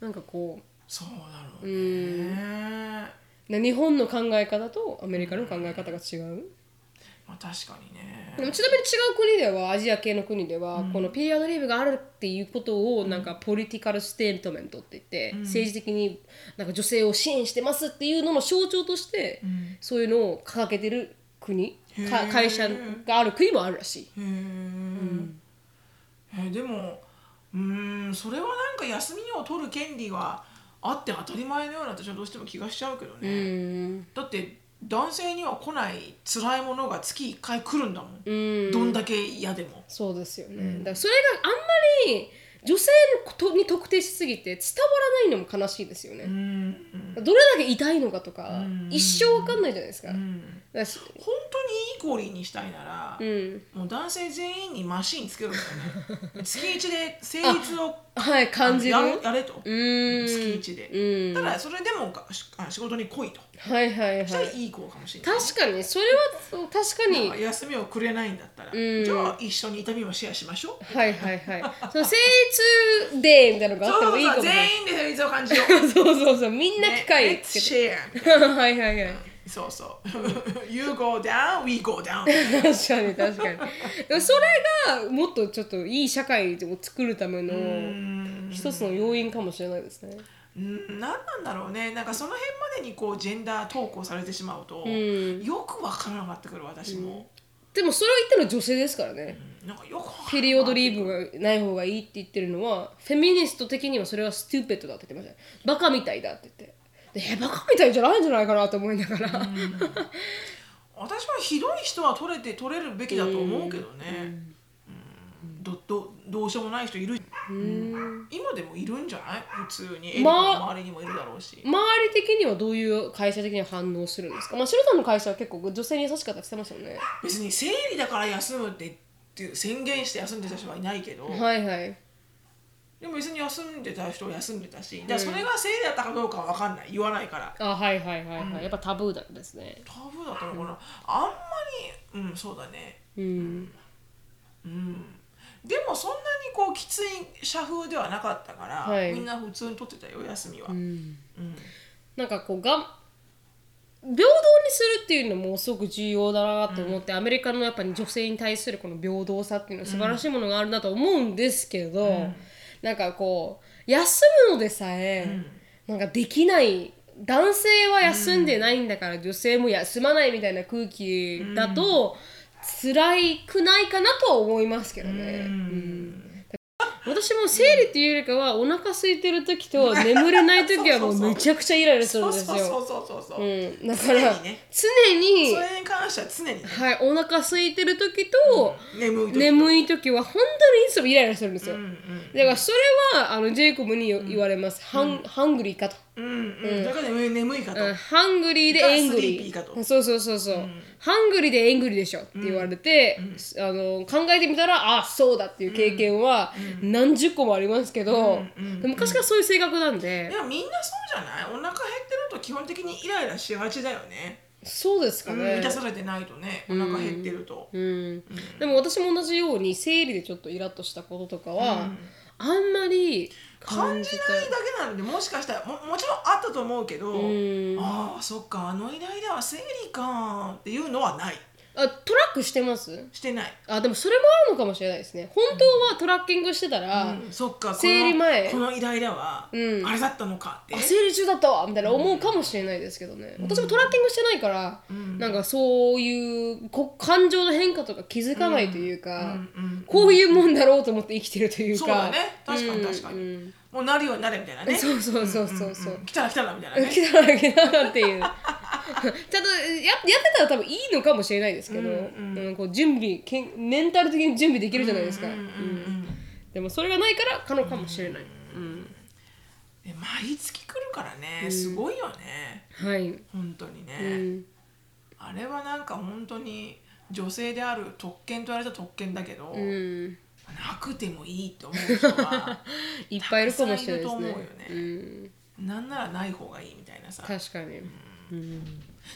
S1: なんかこ
S2: そうだろうね
S1: うな日本の考え方とアメリカの考え方が違う
S2: まあ確かにね
S1: でもちなみに違う国ではアジア系の国では、このピリアドリーブがあるっていうことをなんかポリティカルステートメントって言って、政治的になんか女性を支援してますっていうのの象徴として、そういうのを掲げてる国か
S2: へー
S1: 会社がある国もあるらしい。
S2: へえ、えでもうーんそれはなんか休みを取る権利はあって当たり前のような私はどうしても気がしちゃうけど
S1: う
S2: ね、
S1: ん
S2: だって男性には来ない辛いものが月1回来るんだもん、
S1: うん
S2: どんだけ嫌でも
S1: そうですよね、だからそれがあんまり女性のことに特定しすぎて伝わらないのも悲しいですよね、
S2: うん
S1: どれだけ痛いのかとか、一生わかんないじゃないですか,、
S2: うん
S1: だし
S2: 本当にイーコリーにしたいなら、
S1: うん
S2: もう男性全員にマシンつけるんだ よね月1で成立を
S1: はい感じる
S2: やろやれと、
S1: うーん
S2: 月1で、
S1: うん
S2: ただそれでもかしあ仕事に来いと
S1: はいはいはい
S2: そしたらいい子かもしれない
S1: 確かにそれはそう確かにはい
S2: 休みをくれないんだったら、
S1: ん
S2: じゃあ一緒に痛みもシェアしましょう
S1: はいはいその生理痛デーみたいなのがあってもいいかもしれない
S2: 全員で生理痛を感じよう
S1: そうそうそうみんな機械
S2: ね
S1: つ
S2: Let's
S1: け
S2: share
S1: てはいはいはい
S2: そうそう You go down, we go down
S1: 確かに確かにでもそれがもっとちょっといい社会を作るための一つの要因かもしれないですね
S2: うん何なんだろうねなんかその辺までにこうジェンダー投稿されてしまうと、よくわからなかったから私も、
S1: ででもそれを言ってるのは女性ですからね、
S2: なんかよくわかんない
S1: ペリオドリーブがない方がいいって言ってるのはフェミニスト的にはそれはステューペッドだって言ってましたバカみたいだって言ってでえバカみたいじゃないんじゃないかなと思いながら、
S2: 私はひどい人は取れて取れるべきだと思うけどね、うんどどどうしようもない人いる、今でもいるんじゃない普通にエリカの周りにもいるだろうし、
S1: 周り的にはどういう会社的には反応するんですかまあシロタの会社は結構女性に優しかったって言ってましたもんね
S2: 別に生理だから休むってって宣言して休んでた人はいないけど、
S1: はいはい
S2: でも別に休んでた人は休んでたし、だからそれが生理だったかどうかは分かんない言わないから
S1: あはいはいはいはい、やっぱタブーだったですね
S2: タブーだったのかな、あんまりうんそうだね
S1: うん
S2: でもそんなにこうきつい社風ではなかったから、
S1: はい
S2: みんな普通に取ってたよ休みは、
S1: なんかこうがん平等にするっていうのもすごく重要だなと思って、アメリカのやっぱり女性に対するこの平等さっていうのは素晴らしいものがあるなと思うんですけど、なんかこう休むのでさえ、なんかできない男性は休んでないんだから、女性も休まないみたいな空気だと、辛いくないかなとは思いますけどね。うん私も生理っていうよりかはお腹空いてる時と眠れない時はもうめちゃくちゃイライラするんで
S2: そう
S1: す
S2: そう
S1: よ。
S2: そうそうそうそう、
S1: うん、だから
S2: 常にね
S1: 常に、
S2: それに関しては常に
S1: はい、お腹空いてる時と、
S2: 眠い時と
S1: 眠い時は本当にいつもイライラするんですよ、
S2: うん
S1: だからそれはあのジェイコブに言言われます、ハンハングリーかと、
S2: うんうんうんだから眠い眠いかと、
S1: うんハングリーでエング
S2: がスリ
S1: リ
S2: ーピーか
S1: ー
S2: と
S1: そうそうそうそう、ハングリーでエングリーでしょって言われて、あの考えてみたらあそうだっていう経験は何十個もありますけど、でも昔からそういう性格なんで、
S2: でもみんなそうじゃないお腹減ってると基本的にイライラしがちだよね、
S1: そうですか
S2: うん、
S1: ね、
S2: 満たされてないとねお腹減ってると、
S1: うん、でも私も同じように生理でちょっとイラッとしたこととかは、あんまり
S2: 感
S1: 感じ
S2: じ
S1: た
S2: ないだけなんでもしかしたらももちろんあったと思うけど、
S1: ん
S2: ああそっかあのイライラは生理かっていうのはない
S1: あトラックしてます
S2: してない、
S1: あでもそれもあるのかもしれないですね本当はトラッキングしてたら、
S2: うんそっかこの
S1: 生理前
S2: このイライラは、
S1: うん
S2: あれだったのかって
S1: あ生理中だったわみたいな思うかもしれないですけどね、私もトラッキングしてないから、なんかそういうこ感情の変化とか気づかないというか、
S2: うん
S1: こういうもんだろうと思って生きてるというか
S2: そうだね確かに確かに、
S1: うんうん
S2: もうなるようになれみたいなね
S1: そうそうそうそうそう、
S2: 来たら来たらみたいなね
S1: 来たら来たらっていうち ゃんとややってたら多分いいのかもしれないですけど、
S2: うん
S1: うんこう準備けんメンタル的に準備できるじゃないですか、
S2: うんうん
S1: うん
S2: うん
S1: でもそれがないから可能かもしれない、
S2: で毎月来るからね、すごいよね
S1: はい、
S2: 本当にね、
S1: うん
S2: あれはなんか本当に女性である特権と言われた特権だけど、
S1: うん、
S2: なくてもいいと思う人 は
S1: いっぱいいるかもしれないですね
S2: たくさんいると思うよね
S1: うん、
S2: なんならない方がいいみたいなさ
S1: 確かに、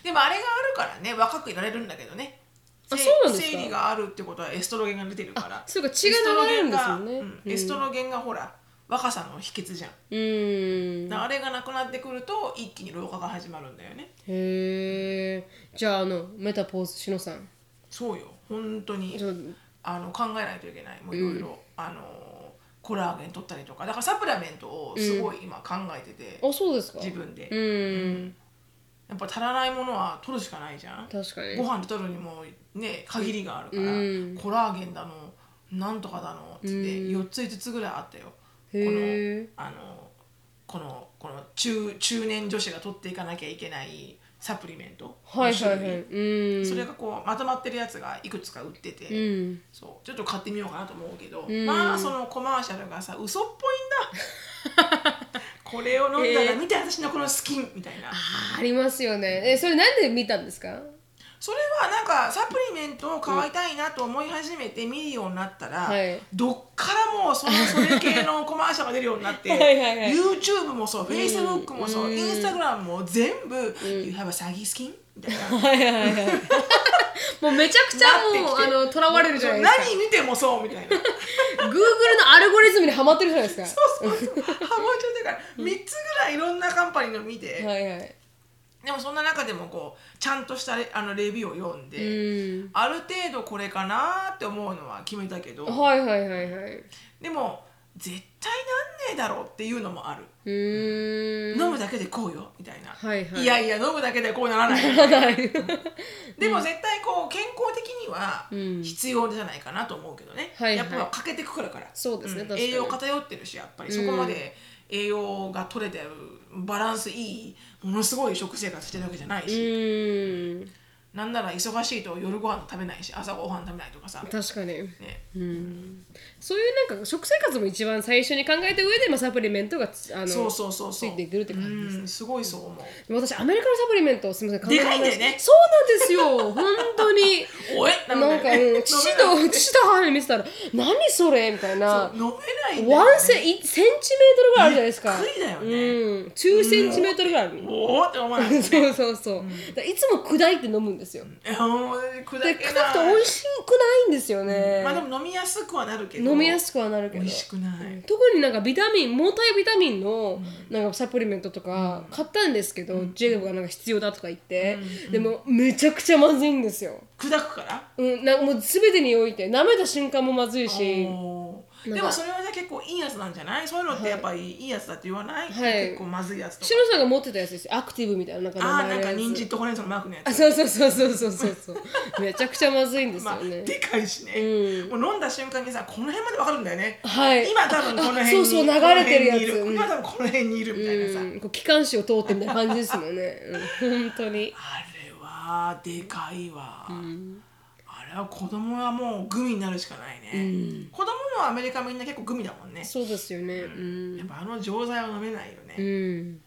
S2: でもあれがあるからね若くいられるんだけどね
S1: あ
S2: せい
S1: そうなんですか
S2: 生理があるってことはエストロゲンが出てるから
S1: そうか血が流れるんですよね
S2: エストロゲンがうんエストロゲンがほら若さの秘訣じゃん、
S1: うん、
S2: だからあれがなくなってくると一気に老化が始まるんだよね
S1: へえじゃああのメタポーズしのさん
S2: そうよ本当に
S1: ちょ
S2: あの考えないといけないもういろいろあのコラーゲン取ったりとかだからサプラメントをすごい今考えてて、
S1: あそうですか
S2: 自分で、
S1: うん、
S2: やっぱ足らないものは取るしかないじゃん
S1: 確かに
S2: ご飯で取るにもね限りがあるから、
S1: うん
S2: コラーゲンだのなんとかだのっつって4つ5つぐらいあったよ、
S1: へえ
S2: このあのこのこの中中年女子が取っていかなきゃいけないサプリメント
S1: はいはいはい
S2: の種類
S1: うん
S2: それがこうまとまってるやつがいくつか売ってて、
S1: うん
S2: そうちょっと買ってみようかなと思うけど、
S1: ん
S2: まあそのコマーシャルがさ嘘っぽいんだ これを飲んだら見て私のこのスキンみたいな
S1: ありますよね。え、それなんで見たんですか。
S2: それはなんかサプリメントを買いたいなと思い始めて見るようになったら、
S1: はい
S2: どっからもうそのそれ系のコマーシャルが出るようになっ て
S1: はいはいはい
S2: YouTube もそう Facebook もそ
S1: う
S2: う、
S1: ん
S2: Instagram も全部「You have a saggy skin」みた いな。
S1: はいはいはい。もうめちゃくちゃもう、あの、とらわれるじゃないですか。
S2: 何見てもそうみたい な
S1: Google のアルゴリズムにはまってるじゃないですか。
S2: そうそうそうハマっちゃってから3つぐらいいろんなカンパニーの見て、
S1: はいはい。
S2: でもそんな中でもこうちゃんとしたレあのレビューを読ん
S1: う
S2: で、
S1: ん。
S2: ある程度これかなって思うのは決めたけど、
S1: はいはいはいはい。
S2: でも絶対なんねえだろうっていうのもある、
S1: うーん
S2: 飲むだけでこうよみたいな、
S1: はいはい
S2: いやいや飲むだけでこうなら ない
S1: ならない
S2: でも絶対こう健康的には
S1: うん
S2: 必要じゃないかなと思うけどね、
S1: はいはい
S2: やっぱ欠けてくるから
S1: そうですね
S2: ん
S1: 確かに
S2: 栄養偏ってるしやっぱりそこまで栄養が取れてるバランスいいものすごい食生活してるわけじゃないうし、
S1: ーん
S2: なんなら忙しいと夜ご飯食べないし朝ご飯食べないとかさ、
S1: 確かに
S2: ね、
S1: うんそういうなんか食生活も一番最初に考えた上で、まあ、サプリメントがつあの
S2: そうそうそうそう
S1: ついてくるって感じですね
S2: うんすごいそう思う
S1: でも私アメリカのサプリメントをすみません考えられな
S2: でかいんだよね
S1: そうなんですよ本当に
S2: おえ
S1: なん
S2: だ
S1: か
S2: よ
S1: もう
S2: 飲
S1: 父
S2: めな
S1: と
S2: い
S1: 父と母に見せたら何それみたいな
S2: そう飲めないんだよ
S1: ワンセンセンチメートルぐらいあるじゃないですか。
S2: びっくりだよね
S1: うん、9センチメートルぐらいある。
S2: おおって思わない
S1: そうそうそう。だからいつも砕いて飲むんですよ。
S2: えもう砕
S1: で
S2: け
S1: 砕く
S2: ない
S1: と美味しくないんですよね
S2: ま。あでも飲みやすくはなるけど
S1: 飲みや
S2: く
S1: すくはなるけ
S2: 美
S1: ど
S2: 味。しくない、
S1: 特になんかビタミン、毛体ビタミンのなんかサプリメントとか買ったんですけど、ジェルがなんか必要だとか言って、でもめちゃくちゃまずいんですよ。
S2: 砕くから
S1: うん、なんかもう全てにおいて舐めた瞬間もまずいし。
S2: おー
S1: なんか
S2: でもそれはね結構いいやつなんじゃないそういうのってやっぱりいいやつだって言わない、
S1: はい
S2: 結構まずいやつとか
S1: 篠さんが持ってたやつですよアクティブみたいななんか
S2: ああー
S1: の
S2: なん
S1: やつ
S2: か人参とほうれん草のマークのや
S1: あ
S2: つ
S1: そうそうそうそうそうそうそうめちゃくちゃまずいんですよ
S2: まあ、
S1: ね、
S2: でかいしね、
S1: う
S2: もう飲んだ瞬間にさこの辺までわかるんだよね
S1: はい
S2: 今多分この辺に
S1: あそうそう流れてるやつ
S2: この辺にい今多分この辺にいるみたいなさ、
S1: うんこう気管支を通ってみたいな感じですもんね、うん、本当に
S2: あれはでかいわ、あれは子供はもうグミになるしかないね、子供もアメリカみんな結構グミだもんね
S1: そうですよねうん、
S2: やっぱあの錠剤は飲めないよね、
S1: うん、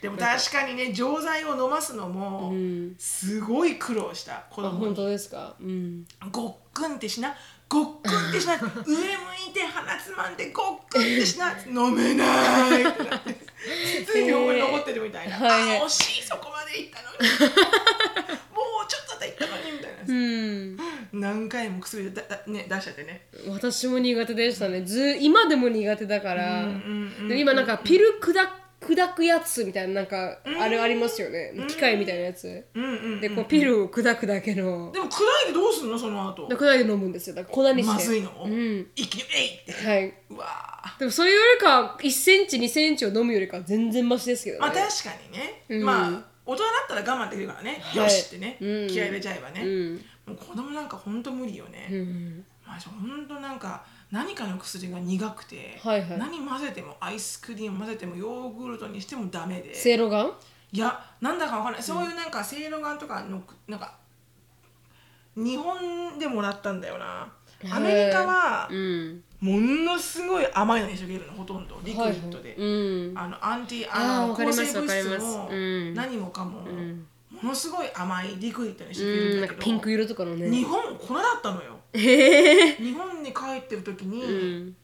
S2: でも確かにね錠剤を飲ますのもすごい苦労した子
S1: あ
S2: 供
S1: 本
S2: に
S1: 当ですかうん
S2: ごっくんってしなごっくんってしな上向いて鼻つまんでごっくんってしな飲めないってなってずいぶん俺残ってるみたいな、
S1: はい
S2: あ惜しいそこまで行ったの にもうちょっとで行ったのにみたいな
S1: う、ん、
S2: 何回も薬でだだ、ね、出しちゃってね
S1: 私も苦手でしたねず今でも苦手だから、
S2: ん
S1: で今なんかピル砕砕くやつみたいななんかあれありますよね、機械みたいなやつ、
S2: うんうん
S1: でこうピルを砕くだけの
S2: でも暗いでどうすんのその後
S1: で砕いて飲むんですよだから粉にして
S2: まずいの、
S1: うん
S2: 一気に「えい!」って
S1: はい、
S2: うわー
S1: でもそれよりか1センチ2センチを飲むよりかは全然マシですけどね、
S2: まあ確かにね、
S1: うん
S2: まあ大人だったら我慢できるからね、
S1: はい
S2: よしってね、
S1: うん
S2: 気合い入れちゃえばね、
S1: うん
S2: もう子供なんかほんと無理よね、
S1: うん
S2: まあほんとなんか何かの薬が苦くて、
S1: はいはい
S2: 何混ぜてもアイスクリーム混ぜてもヨーグルトにしてもダメで
S1: せいろがん
S2: いやなんだかわかんない、そういうなんかせいろがんとかのなんか日本でもらったんだよなアメリカは
S1: うん
S2: ものすごい甘いのにしてくれるのほとんどリク
S1: は
S2: リ
S1: い
S2: ットで、
S1: うん
S2: あのアンティ
S1: あー
S2: あの
S1: わかり
S2: 抗
S1: ます
S2: 生物
S1: わ
S2: 質
S1: かりま
S2: も
S1: すうん
S2: 何もかも
S1: ん
S2: ものすごい甘いリクイットにしてくれ
S1: う
S2: る
S1: ん
S2: ん
S1: な
S2: だ
S1: ん
S2: け
S1: か
S2: ど、
S1: ピンク色とかのね
S2: 日本これだったのよ
S1: へえ
S2: 日本に帰ってる時に、
S1: うん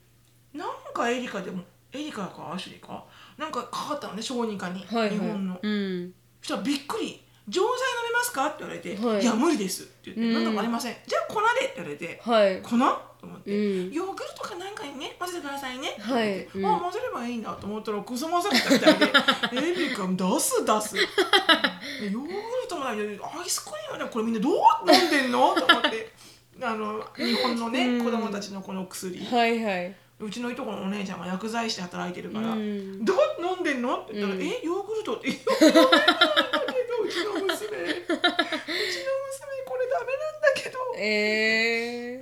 S2: なんかエリカでもエリカかアシュリーかなんかかかったのね小児科に、
S1: はいはい
S2: 日本の
S1: うん
S2: そしたらびっくり「錠剤飲めますか?」って言われて「
S1: はい
S2: い、や無理です」って言って
S1: う
S2: 「
S1: ん
S2: なんとかありませんじゃあ粉で」って言われて
S1: はい
S2: 「粉?」と思って、
S1: うん
S2: ヨーグルトかなんかにね混ぜてくださいね」って言わ
S1: はい
S2: れて
S1: うん
S2: あ混ぜればいいんだ」と思ったらクソ混ざったみたいで 「エリカ出す出す」でヨーグルトもないのにアイスクリームだよこれみんなどう飲んでんの?」と思ってあの日本のね、
S1: うん
S2: 子供たちのこの薬
S1: はいはいう
S2: ちのいとこのお姉ちゃんが薬剤師で働いてるから「
S1: うん
S2: どう飲んでんの?」って言ったら「
S1: うん
S2: えヨーグルト」って「ヨーグルトなんだけどうちの娘うち の娘これダメなんだけど」
S1: え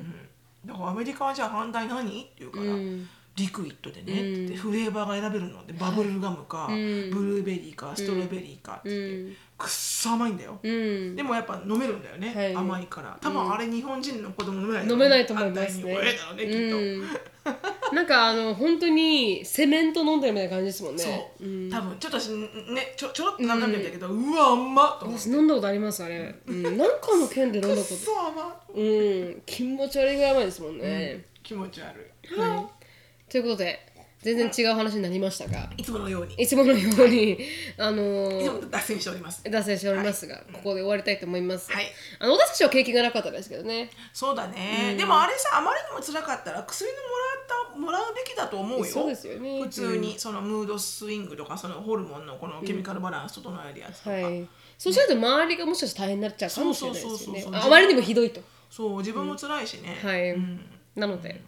S2: だからアメリカはじゃあ反対何って言う
S1: ー
S2: か
S1: う
S2: ら、
S1: ん
S2: リクイットでねって言って、
S1: うん
S2: フレーバーが選べるのでバブルガムか、
S1: うん
S2: ブルーベリーかストロベリーかって言って、
S1: うん
S2: くっそ甘いんだよ、
S1: うん
S2: でもやっぱ飲めるんだよね、
S1: はい
S2: 甘いから多分あれ日本人の子供飲めないだろ
S1: 飲
S2: うね
S1: めないと思いますね
S2: 反対に親だろうねきっと。
S1: うんなんかあの本当にセメント飲んでるみたいな感じですもんね
S2: そう、
S1: ん
S2: 多分ちょっとしねちょちょろっと舐めてみたけど、うわ甘っと思って
S1: 私飲んだことありますあれ、うん、なんかの件で飲ん
S2: く
S1: だ
S2: っ
S1: こと
S2: そ甘っ
S1: うん、気持ち悪いぐらい甘いですもんね。
S2: 気持ち悪い、
S1: はい、ということで、全然違う話になりましたが、
S2: いつものようにい
S1: いつものように、あの
S2: つも
S1: ー、
S2: 脱線しております
S1: 脱線しておりますが、ここで終わりたいと思います。
S2: はい
S1: あの私たちは経験がなかったですけどね。
S2: そうだね、でもあれさあまりにも辛かったら薬のもらったもらうべきだと思うよ
S1: そうですよね
S2: 普通にそのムードスイングとかそのホルモンのこのケミカルバランス整えるやつとか、
S1: はい。そうしないと周りがもしかしたら大変になっちゃうかもしれないですよね
S2: そうそうそう。そう
S1: ああまりにもひどいと。
S2: そう自分も辛いしね、
S1: はい。
S2: うん
S1: なので、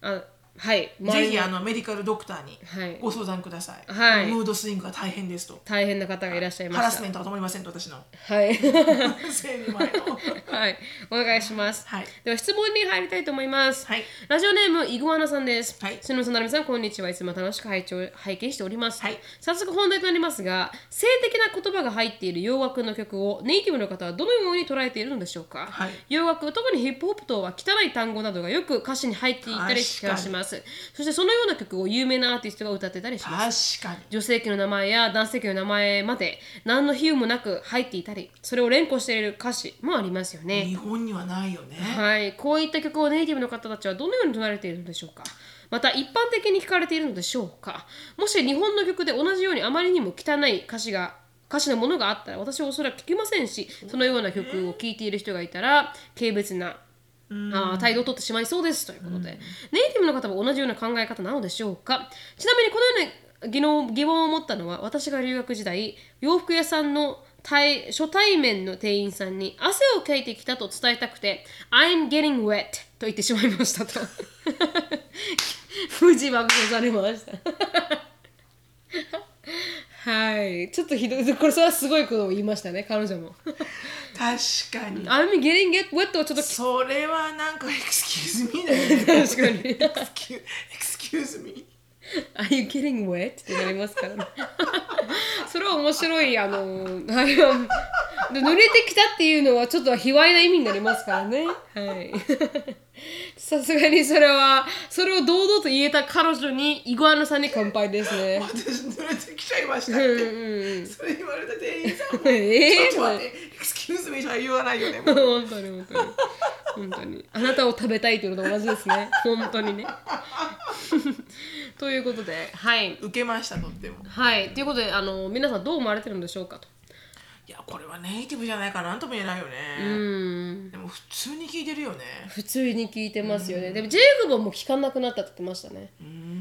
S1: あはい
S2: ぜひあのメディカルドクターに
S1: はい
S2: ご相談ください、
S1: はい
S2: ムードスイングが大変ですと
S1: 大変な方がいらっしゃいま
S2: ハラ
S1: し
S2: スメントは止まりませんと私 の
S1: たはい
S2: 生理前の
S1: はいお願いします、
S2: はい
S1: では質問に入りたいと思います、
S2: はい
S1: ラジオネームイグアナさんです。
S2: はい
S1: 篠野さん、なるみさん、こんにちは。いつも楽しく拝聴拝見しております。
S2: はい
S1: 早速本題となりますが、性的な言葉が入っている洋楽の曲をネイティブの方はどのように捉えているのでしょうか、
S2: はい
S1: 洋楽、特にヒップホップ等は汚い単語などがよく歌詞に入っていたりし
S2: 確かに
S1: ます。そしてそのような曲を有名なアーティストが歌ってたりします。
S2: 確かに
S1: 女性器の名前や男性器の名前まで何の比喩もなく入っていたり、それを連呼している歌詞もありますよね。
S2: 日本にはないよね、
S1: はい、こういった曲をネイティブの方たちはどのように唱えているのでしょうかまた一般的に聞かれているのでしょうかもし日本の曲で同じようにあまりにも汚い歌詞が歌詞のものがあったら私はおそらく聞きませんしそのような曲を聴いている人がいたら軽蔑なあー態度を取ってしまいそうですということで、ネイティブの方も同じような考え方なのでしょうかちなみにこのような疑問疑問を持ったのは私が留学時代洋服屋さんの対初対面の店員さんに汗をかいてきたと伝えたくて「I'm getting wet」と言ってしまいましたと 無事爆笑されましたはいちょっとひどいこれそれはすごいことを言いましたね彼女も
S2: 確かに
S1: I'm getting get wet をちょっと
S2: それはなんかエクスキューズミーだよね
S1: 確かに
S2: エクスキューズミー
S1: Are you getting wet? ってなりますからね。 それは面白い、あの、はい。で濡れてきたっていうのはちょっと卑猥な意味になりますからね。はい。 さすがにそれは、それを堂々と言えた彼女に、イグアナさんに乾杯ですね。
S2: 私濡れてきちゃいましたっ
S1: う
S2: て、
S1: んうんうん。
S2: それ言われた店員さんも
S1: ええ
S2: ちょっと待ってエクスキューズミーとは言わないよねもう
S1: 本当に本当に。本当に。あなたを食べたいというのと同じですね。本当にね。 ということで、はい。
S2: 受けましたとっても
S1: はい。ということで、あの、皆さんどう思われてるんでしょうかと。
S2: いやこれはネイティブじゃないからなんとも言えないよね、でも普通に聞いてるよね
S1: 普通に聞いてますよね、でもジェイクボンも聞かなくなったって言ってましたね、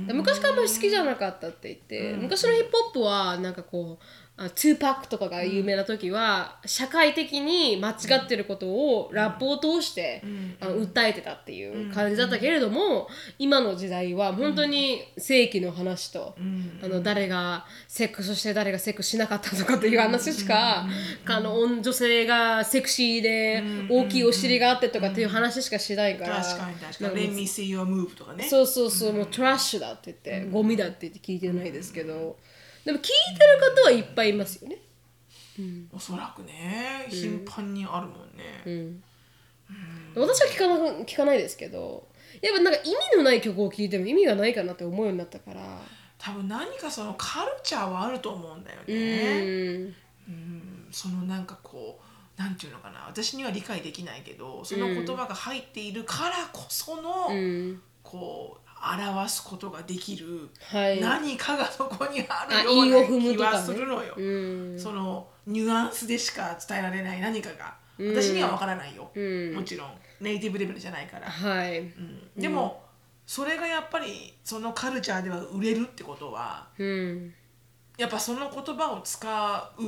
S1: で昔からあんまり好きじゃなかったって言って、昔のヒップホップはなんかこうあ2パックとかが有名な時は、社会的に間違ってることをラップを通して、あの訴えてたっていう感じだったけれども、今の時代は本当に正規の話と、あの誰がセックスして誰がセックスしなかったとかっていう話しか、あの女性がセクシーで大きいお尻があってとかっていう話しかしないから、
S2: 確かに確かに「Let me see your move」とかね
S1: そうそうそう、もうトラッシュだって言ってゴミだって言って聞いてないですけど、でも聞いてる方はいっぱいいますよね。
S2: おそらくね頻繁にあるもんね、
S1: 私は聞かなく聞かないですけどやっぱなんか意味のない曲を聴いても意味がないかなって思うようになったから、
S2: 多分何かそのカルチャーはあると思うんだよ
S1: う
S2: ね、
S1: ん、
S2: うんそのなんかこうなんていうのかな私には理解できないけどその言葉が入っているからこその、
S1: うん、
S2: こう表すことができる
S1: はい
S2: 何かがそこにある
S1: あ
S2: よう
S1: 韻を踏
S2: な
S1: む
S2: 気
S1: とかね
S2: はするのよ、
S1: うん
S2: そのニュアンスでしか伝えられない何かが私にはわからないよ、
S1: うん
S2: もちろんネイティブレベルじゃないから、
S1: はい、
S2: うんでも、それがやっぱりそのカルチャーでは売れるってことは
S1: うん、
S2: やっぱその言葉を使う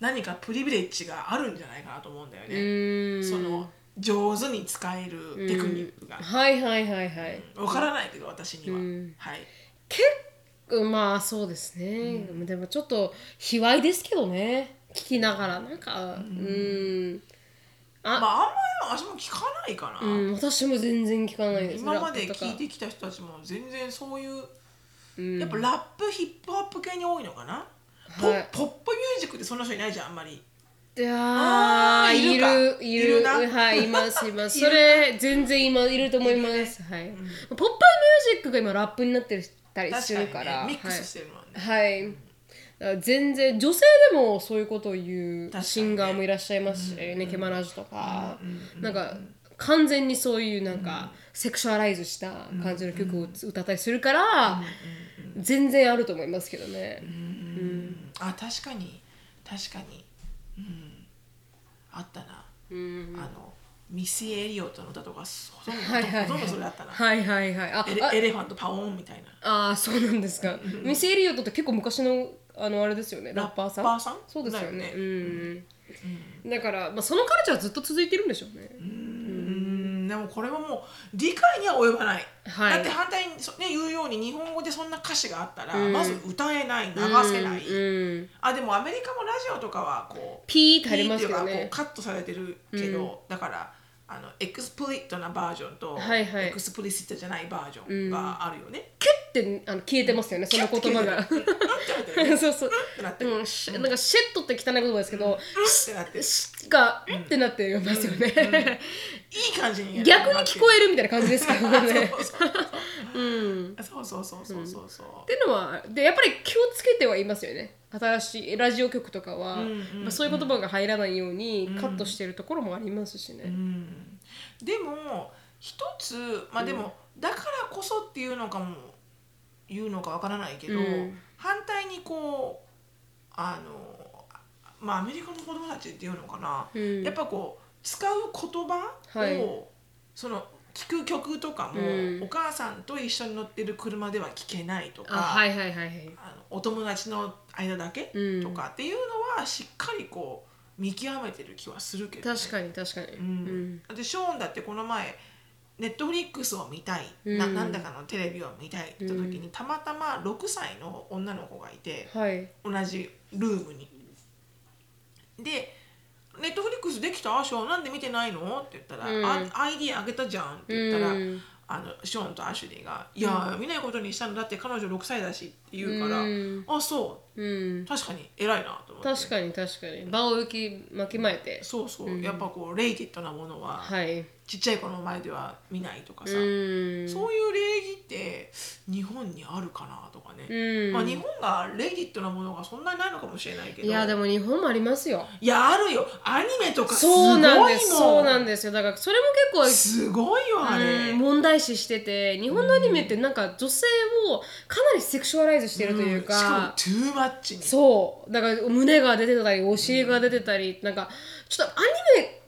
S2: 何かプリビレッジがあるんじゃないかなと思うんだよね、
S1: うん
S2: その上手に使えるテクニックが、
S1: はいはいはいはい
S2: わからないけど私には、
S1: うん
S2: はい
S1: 結構まあそうですね、でもちょっと卑猥ですけどね聞きながらなんかうん、
S2: まああんまり私も聞かないかな、
S1: うん、私も全然聞かないです
S2: 今まで
S1: ラップとか
S2: 聞いてきた人たちも全然そういう、やっぱラップヒップホップ系に多いのかな、ポ
S1: はい
S2: ポップミュージックでそんな人いないじゃんあんまり
S1: いや
S2: あ
S1: ー
S2: ー
S1: い
S2: いるか
S1: るいる
S2: いるな
S1: はいいますいます
S2: いる
S1: それ全然今いると思いますはい、ポップミュージックが今ラップになってるたりす
S2: 確
S1: る
S2: かに、
S1: か
S2: ね
S1: ら、
S2: ミックスしてるもんね、
S1: はい、はい、だから全然女性でもそういうことを言
S2: 確か
S1: う
S2: に
S1: シンガーもいらっしゃいますし、ネケマラージュとか、なんか完全にそういうなんか、セクシュアライズした感じの曲を歌ったりするから、全然あると思いますけどね、
S2: うんあ確かに確かに、うん、あったな、あのミス・エリオットの歌とかほとんど,、
S1: はいはいはい
S2: ほとんどそれだったな、
S1: はいはいはいあ
S2: エ
S1: あ
S2: レエレファントパオーンみたいな
S1: ああそうなんですかミス・エリオットって結構昔のあのあれですよねラッパーさん
S2: ラッパーさん
S1: そうですよね
S2: だよね
S1: うん、だから、まあ、そのカルチャーはずっと続いてるんでしょうね
S2: うんでもこれはもう理解には及ばない、
S1: はい
S2: だって反対にそ、ね、言うように日本語でそんな歌詞があったら、
S1: うん
S2: まず歌えない流せない、
S1: うんうん
S2: あでもアメリカもラジオとかはこう
S1: ピーってありますけど
S2: いいっていう
S1: ね
S2: かこうカットされてるけど、だからあのエクスプリットなバージョンと、
S1: はいはい
S2: エクスプリシットじゃないバージョンがあるよね。
S1: キュッてあの消えてますよねその言葉が
S2: キュッて消えてる うんうんってなってる
S1: そうそう
S2: ってなってる
S1: うん、しなんかシェットって汚い言葉ですけど、
S2: ってなってる
S1: しがんってなってますよね、
S2: いい感じに
S1: 逆に聞こ
S2: え。
S1: えるみたいな感じですけど ね
S2: そう
S1: うん
S2: そうそうそうそうそうそう
S1: っ。てのはでやっぱり気をつけてはいますよね新しいラジオ局とかは、
S2: うんうんうん
S1: まあそういう言葉が入らないようにカットしてるところもありますしね、
S2: うんでも一つまあでも、だからこそっていうのかも言うのかわからないけど、
S1: うん
S2: 反対にこうあのまあアメリカの子供たちっていうのかな、
S1: うん
S2: やっぱこう使う言葉を、
S1: はい
S2: その聞く曲とかも、
S1: うん
S2: お母さんと一緒に乗ってる車では聞けないとか。
S1: あはいはいはいはい
S2: あのお友達の間だけ
S1: うん
S2: とかっていうのはしっかりこう見極めてる気はするけどね、
S1: 確かに確かに、う
S2: うん、だってショーンだってこの前ネットフリックスを見たい、な
S1: うん
S2: なんだかのテレビを見たいって言った時に、たまたま6歳の女の子がいて
S1: はい
S2: 同じルームに。で「ネットフリックスできたショーンなんで見てないの?」って言ったら「
S1: うん
S2: あ ID あげたじゃん」って言ったら、
S1: うん
S2: あのショーンとアシュリーが「いやー見ないことにしたんだって彼女6歳だし」って言うから「
S1: うん
S2: あそう」
S1: うん
S2: 確かに偉いなと思って
S1: 確かに確かに場を浮きまきまえて
S2: そうそう、やっぱこうレイティッドなものは
S1: はい
S2: ちっちゃい子の前では見ないとかさ、
S1: うん
S2: そういう礼儀って日本にあるかなとかね、
S1: うん
S2: まあ、日本がレイティッドなものがそんなにないのかもしれないけど
S1: いやでも日本もありますよ
S2: いやあるよアニメとかすご
S1: そ
S2: いうも
S1: なん
S2: ん
S1: ですそうなんですよだからそれも結構
S2: すごいよあれ、
S1: うん問題視してて日本のアニメってなんか女性をかなりセクシュアライズしてるという
S2: しかも
S1: か、
S2: トゥーマッチに
S1: そうだから胸が出てたりお尻が出てたり、なんかちょっとア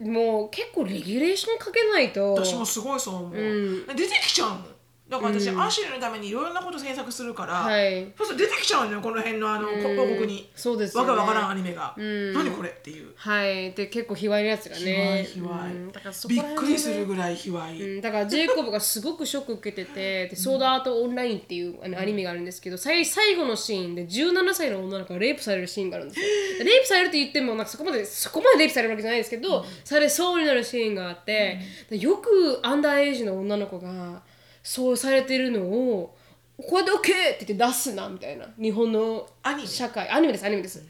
S1: ニメも結構レギュレーションかけないと
S2: 私もすごいそう思う、
S1: ん
S2: 出てきちゃうもんだから私、アシュリーのためにいろんなこと制作するから、
S1: はい
S2: そうすると出てきちゃうのよこの辺のあの広告に
S1: そうですよ
S2: わ
S1: ね
S2: けわからんアニメが、
S1: ん
S2: 何これっていう
S1: はいで結構卑猥なやつが
S2: 卑猥
S1: ね
S2: 卑猥、
S1: うんだからそこ
S2: び
S1: ら
S2: っく
S1: 辺
S2: り
S1: は
S2: す
S1: ね
S2: るぐらい卑猥、
S1: うんだからジェイコブがすごくショック受けてて「でソードアート・オンライン」っていうあのアニメがあるんですけど最最後のシーンで17歳の女の子がレイプされるシーンがあるんです よ。でレイプされるって言ってもなんかそこまでそこまでレイプされるわけじゃないですけど、されそうになるシーンがあって、でよくアンダーエイジの女の子がそうされてるのを「これで OK!」って言って出すなみたいな日本の
S2: アニメ
S1: 社会アニメですアニメです。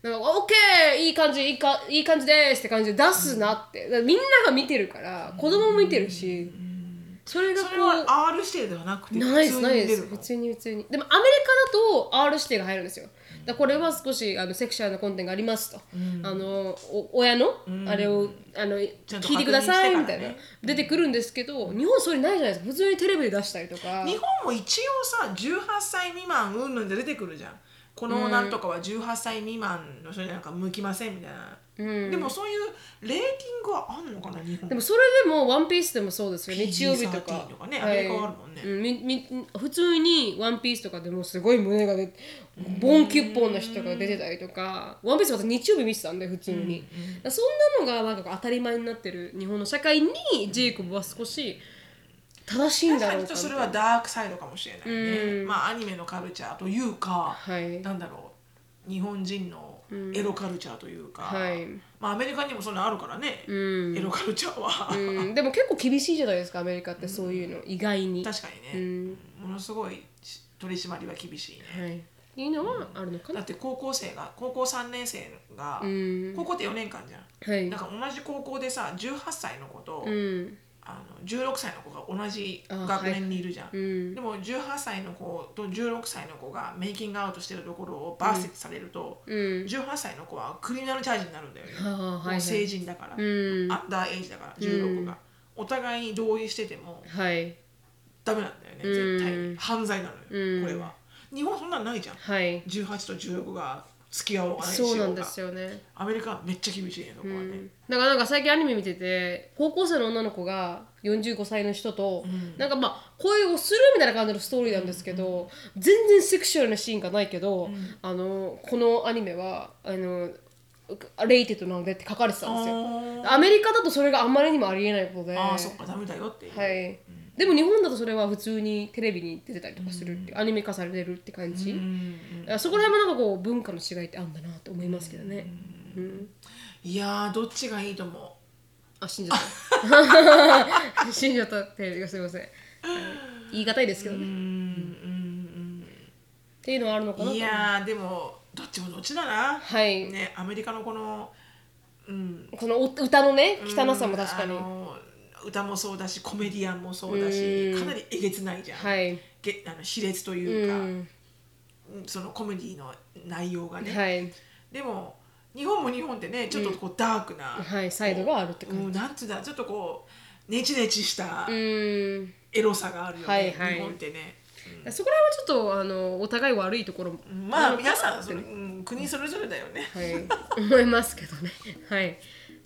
S1: なんか、オッケーいい感じ、いいか、いい感じですって感じで出すなって。だからみんなが見てるから、子供も見てるし、それがこ
S2: それは R 指定ではなく
S1: う、
S2: て
S1: ないです、ない
S2: に
S1: で
S2: 出
S1: す。
S2: る
S1: 普
S2: の
S1: 通に、普通に。でも、アメリカだと R 指定が入るんですよ。だからこれは少しあのセクシャルなコンテンツがありますと、あのお親のあれを、あの
S2: ゃんと
S1: 聞いてくださいみたいな、
S2: 確認してからね
S1: 出てくるんですけど日本それないじゃないですか普通にテレビで出したりとか
S2: 日本も一応さ18歳未満うんぬんで出てくるじゃんこのなんとかは18歳未満の人になんか向きませんみたいな、でもそういうレーティングはあんのかな日本
S1: でもそれでも「ワンピースでもそうですよね
S2: PG-13
S1: 日曜日とか
S2: とかね
S1: は
S2: アメリカはあるもんね
S1: うんみみ普通に「ワンピースとかでもすごい胸が出てボンキュッポンの人が出てたりとか「ワンピース私日曜日見てたんで普通に、だからそんなのがなんか当たり前になってる日本の社会にジェイコブは少し正しいん
S2: 確
S1: だ
S2: か
S1: ろう
S2: に
S1: か
S2: ちょっ
S1: みた
S2: とそ
S1: い
S2: れ
S1: な
S2: はダークサイドかもしれないね、
S1: うん
S2: まあアニメのカルチャーというか、
S1: はい
S2: なんだろう日本人のエロカルチャーというか、
S1: はい
S2: まあアメリカにもそんなのあるからね、
S1: うん
S2: エロカルチャーは、
S1: うん、でも結構厳しいじゃないですかアメリカってそういうの、意外に
S2: 確かにね、ものすごい取り締まりは厳しいね、
S1: はい、っていうのはあるのか
S2: だ
S1: な
S2: って高校生が高校3年生が、
S1: うん
S2: 高校って4年間じゃん、
S1: はい
S2: だから同じ高校でさ18歳の子と、
S1: うん
S2: あの16歳の子が同じ
S1: あ
S2: 学年にいるじゃん、
S1: うん
S2: でも18歳の子と16歳の子がメイキングアウトしてるところをバーセットされると、
S1: うん
S2: 18歳の子はクリミナルチャージになるんだよね、
S1: はあはあはいはい
S2: もう成人だから、
S1: うん
S2: アンダーエイジだから16が、お互いに同意してても
S1: はい
S2: ダメなんだよね絶対に、
S1: うん
S2: 犯罪なのよ、
S1: うん
S2: これは日本そんなんないじゃん
S1: はい
S2: 18と16が付き合おうがないしよ
S1: そう
S2: うが
S1: なんですよね
S2: アメリカはめっちゃ厳しいねそこはね、
S1: だからなんか最近アニメ見てて高校生の女の子が45歳の人と、なんかまあ恋をするみたいな感じのストーリーなんですけど、全然セクシュアルなシーンがないけど、あのこのアニメはあのレイテッドなのでって書かれてたんですよ
S2: あ
S1: アメリカだとそれがあまりにもありえないことで
S2: ーあーそっかダメだよっていう、
S1: はい、でも日本だとそれは普通にテレビに出てたりとかするって、アニメ化されてるって感じ、
S2: うんうん
S1: あそこら辺もなんかこう文化の違いってあるんだなと思いますけどね、うん
S2: いやーどっちがいいと思う
S1: あ死んじゃ った死んじゃったテレビがすいません、はい言い難いですけどね、っていうのはあるのかなと
S2: いやーでもどっちもどっちだな、
S1: はい、
S2: ねアメリカのこの、うん、
S1: このお歌のね汚さも確かに、
S2: あの歌もそうだしコメディアンもそうだし
S1: うん
S2: かなりえげつないじゃん、
S1: はい、
S2: げあの卑劣と
S1: う
S2: いうか、
S1: ん、
S2: そのコメディの内容がね、
S1: はい
S2: でも日本も日本ってねちょっとこうダークな、
S1: はいサイドがあるって感
S2: うん、なんつうんだちょっとこうネチネチした
S1: じうん
S2: エロさがあるよね、
S1: はいはい
S2: 日本ってね
S1: そこら辺はちょっとあのお互い悪いところも
S2: まあ皆
S1: な
S2: さ
S1: の
S2: ん
S1: か
S2: そ
S1: な
S2: れ、
S1: っ
S2: う
S1: て
S2: ん、国それぞれだよね、。
S1: はい、 思いますけどね。はい、っ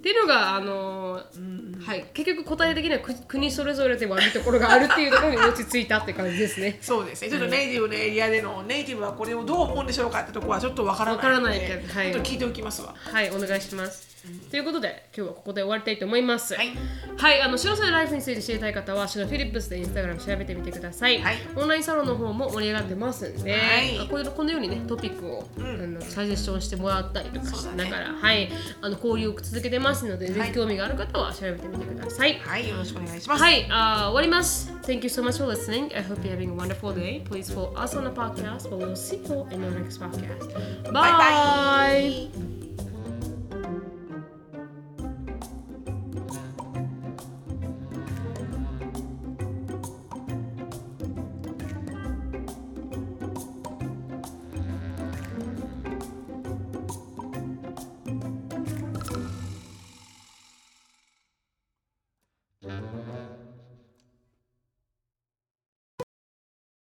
S1: ていうのが、あのーはい、結局答え的にはく国それぞれで悪いところがあるっていうところに落ち着いたって感じですね
S2: そうですね、ちょっとネイティブのエリアでのネイティブはこれをどう思うんでしょうかってとこはちょっとわからないので
S1: わからないけどはい
S2: ちょっと聞いておきますわ。
S1: はい、お願いします。ということで、今日はここで終わりたいと思います。
S2: はい
S1: はい、あの、シロさんのライフについて知りたい方は、シロフィリップスでインスタグラム調べてみてください。
S2: はい
S1: オンラインサロンの方も盛り上がってますんで、
S2: はい
S1: あこれこのようにね、トピックを、あのサジェスションしてもらったりとかし
S2: そうだ
S1: な
S2: ね
S1: がら、はい、あの交流を続けてますので、ぜひ興味がある方は調べてみてください
S2: はい、よろしくお願いします。
S1: Hi, uh, what mas? Thank you so much for listening. I hope you're having a wonderful day. Please follow us on the podcast. We'll see you in the next podcast. Bye.
S2: バイバイ。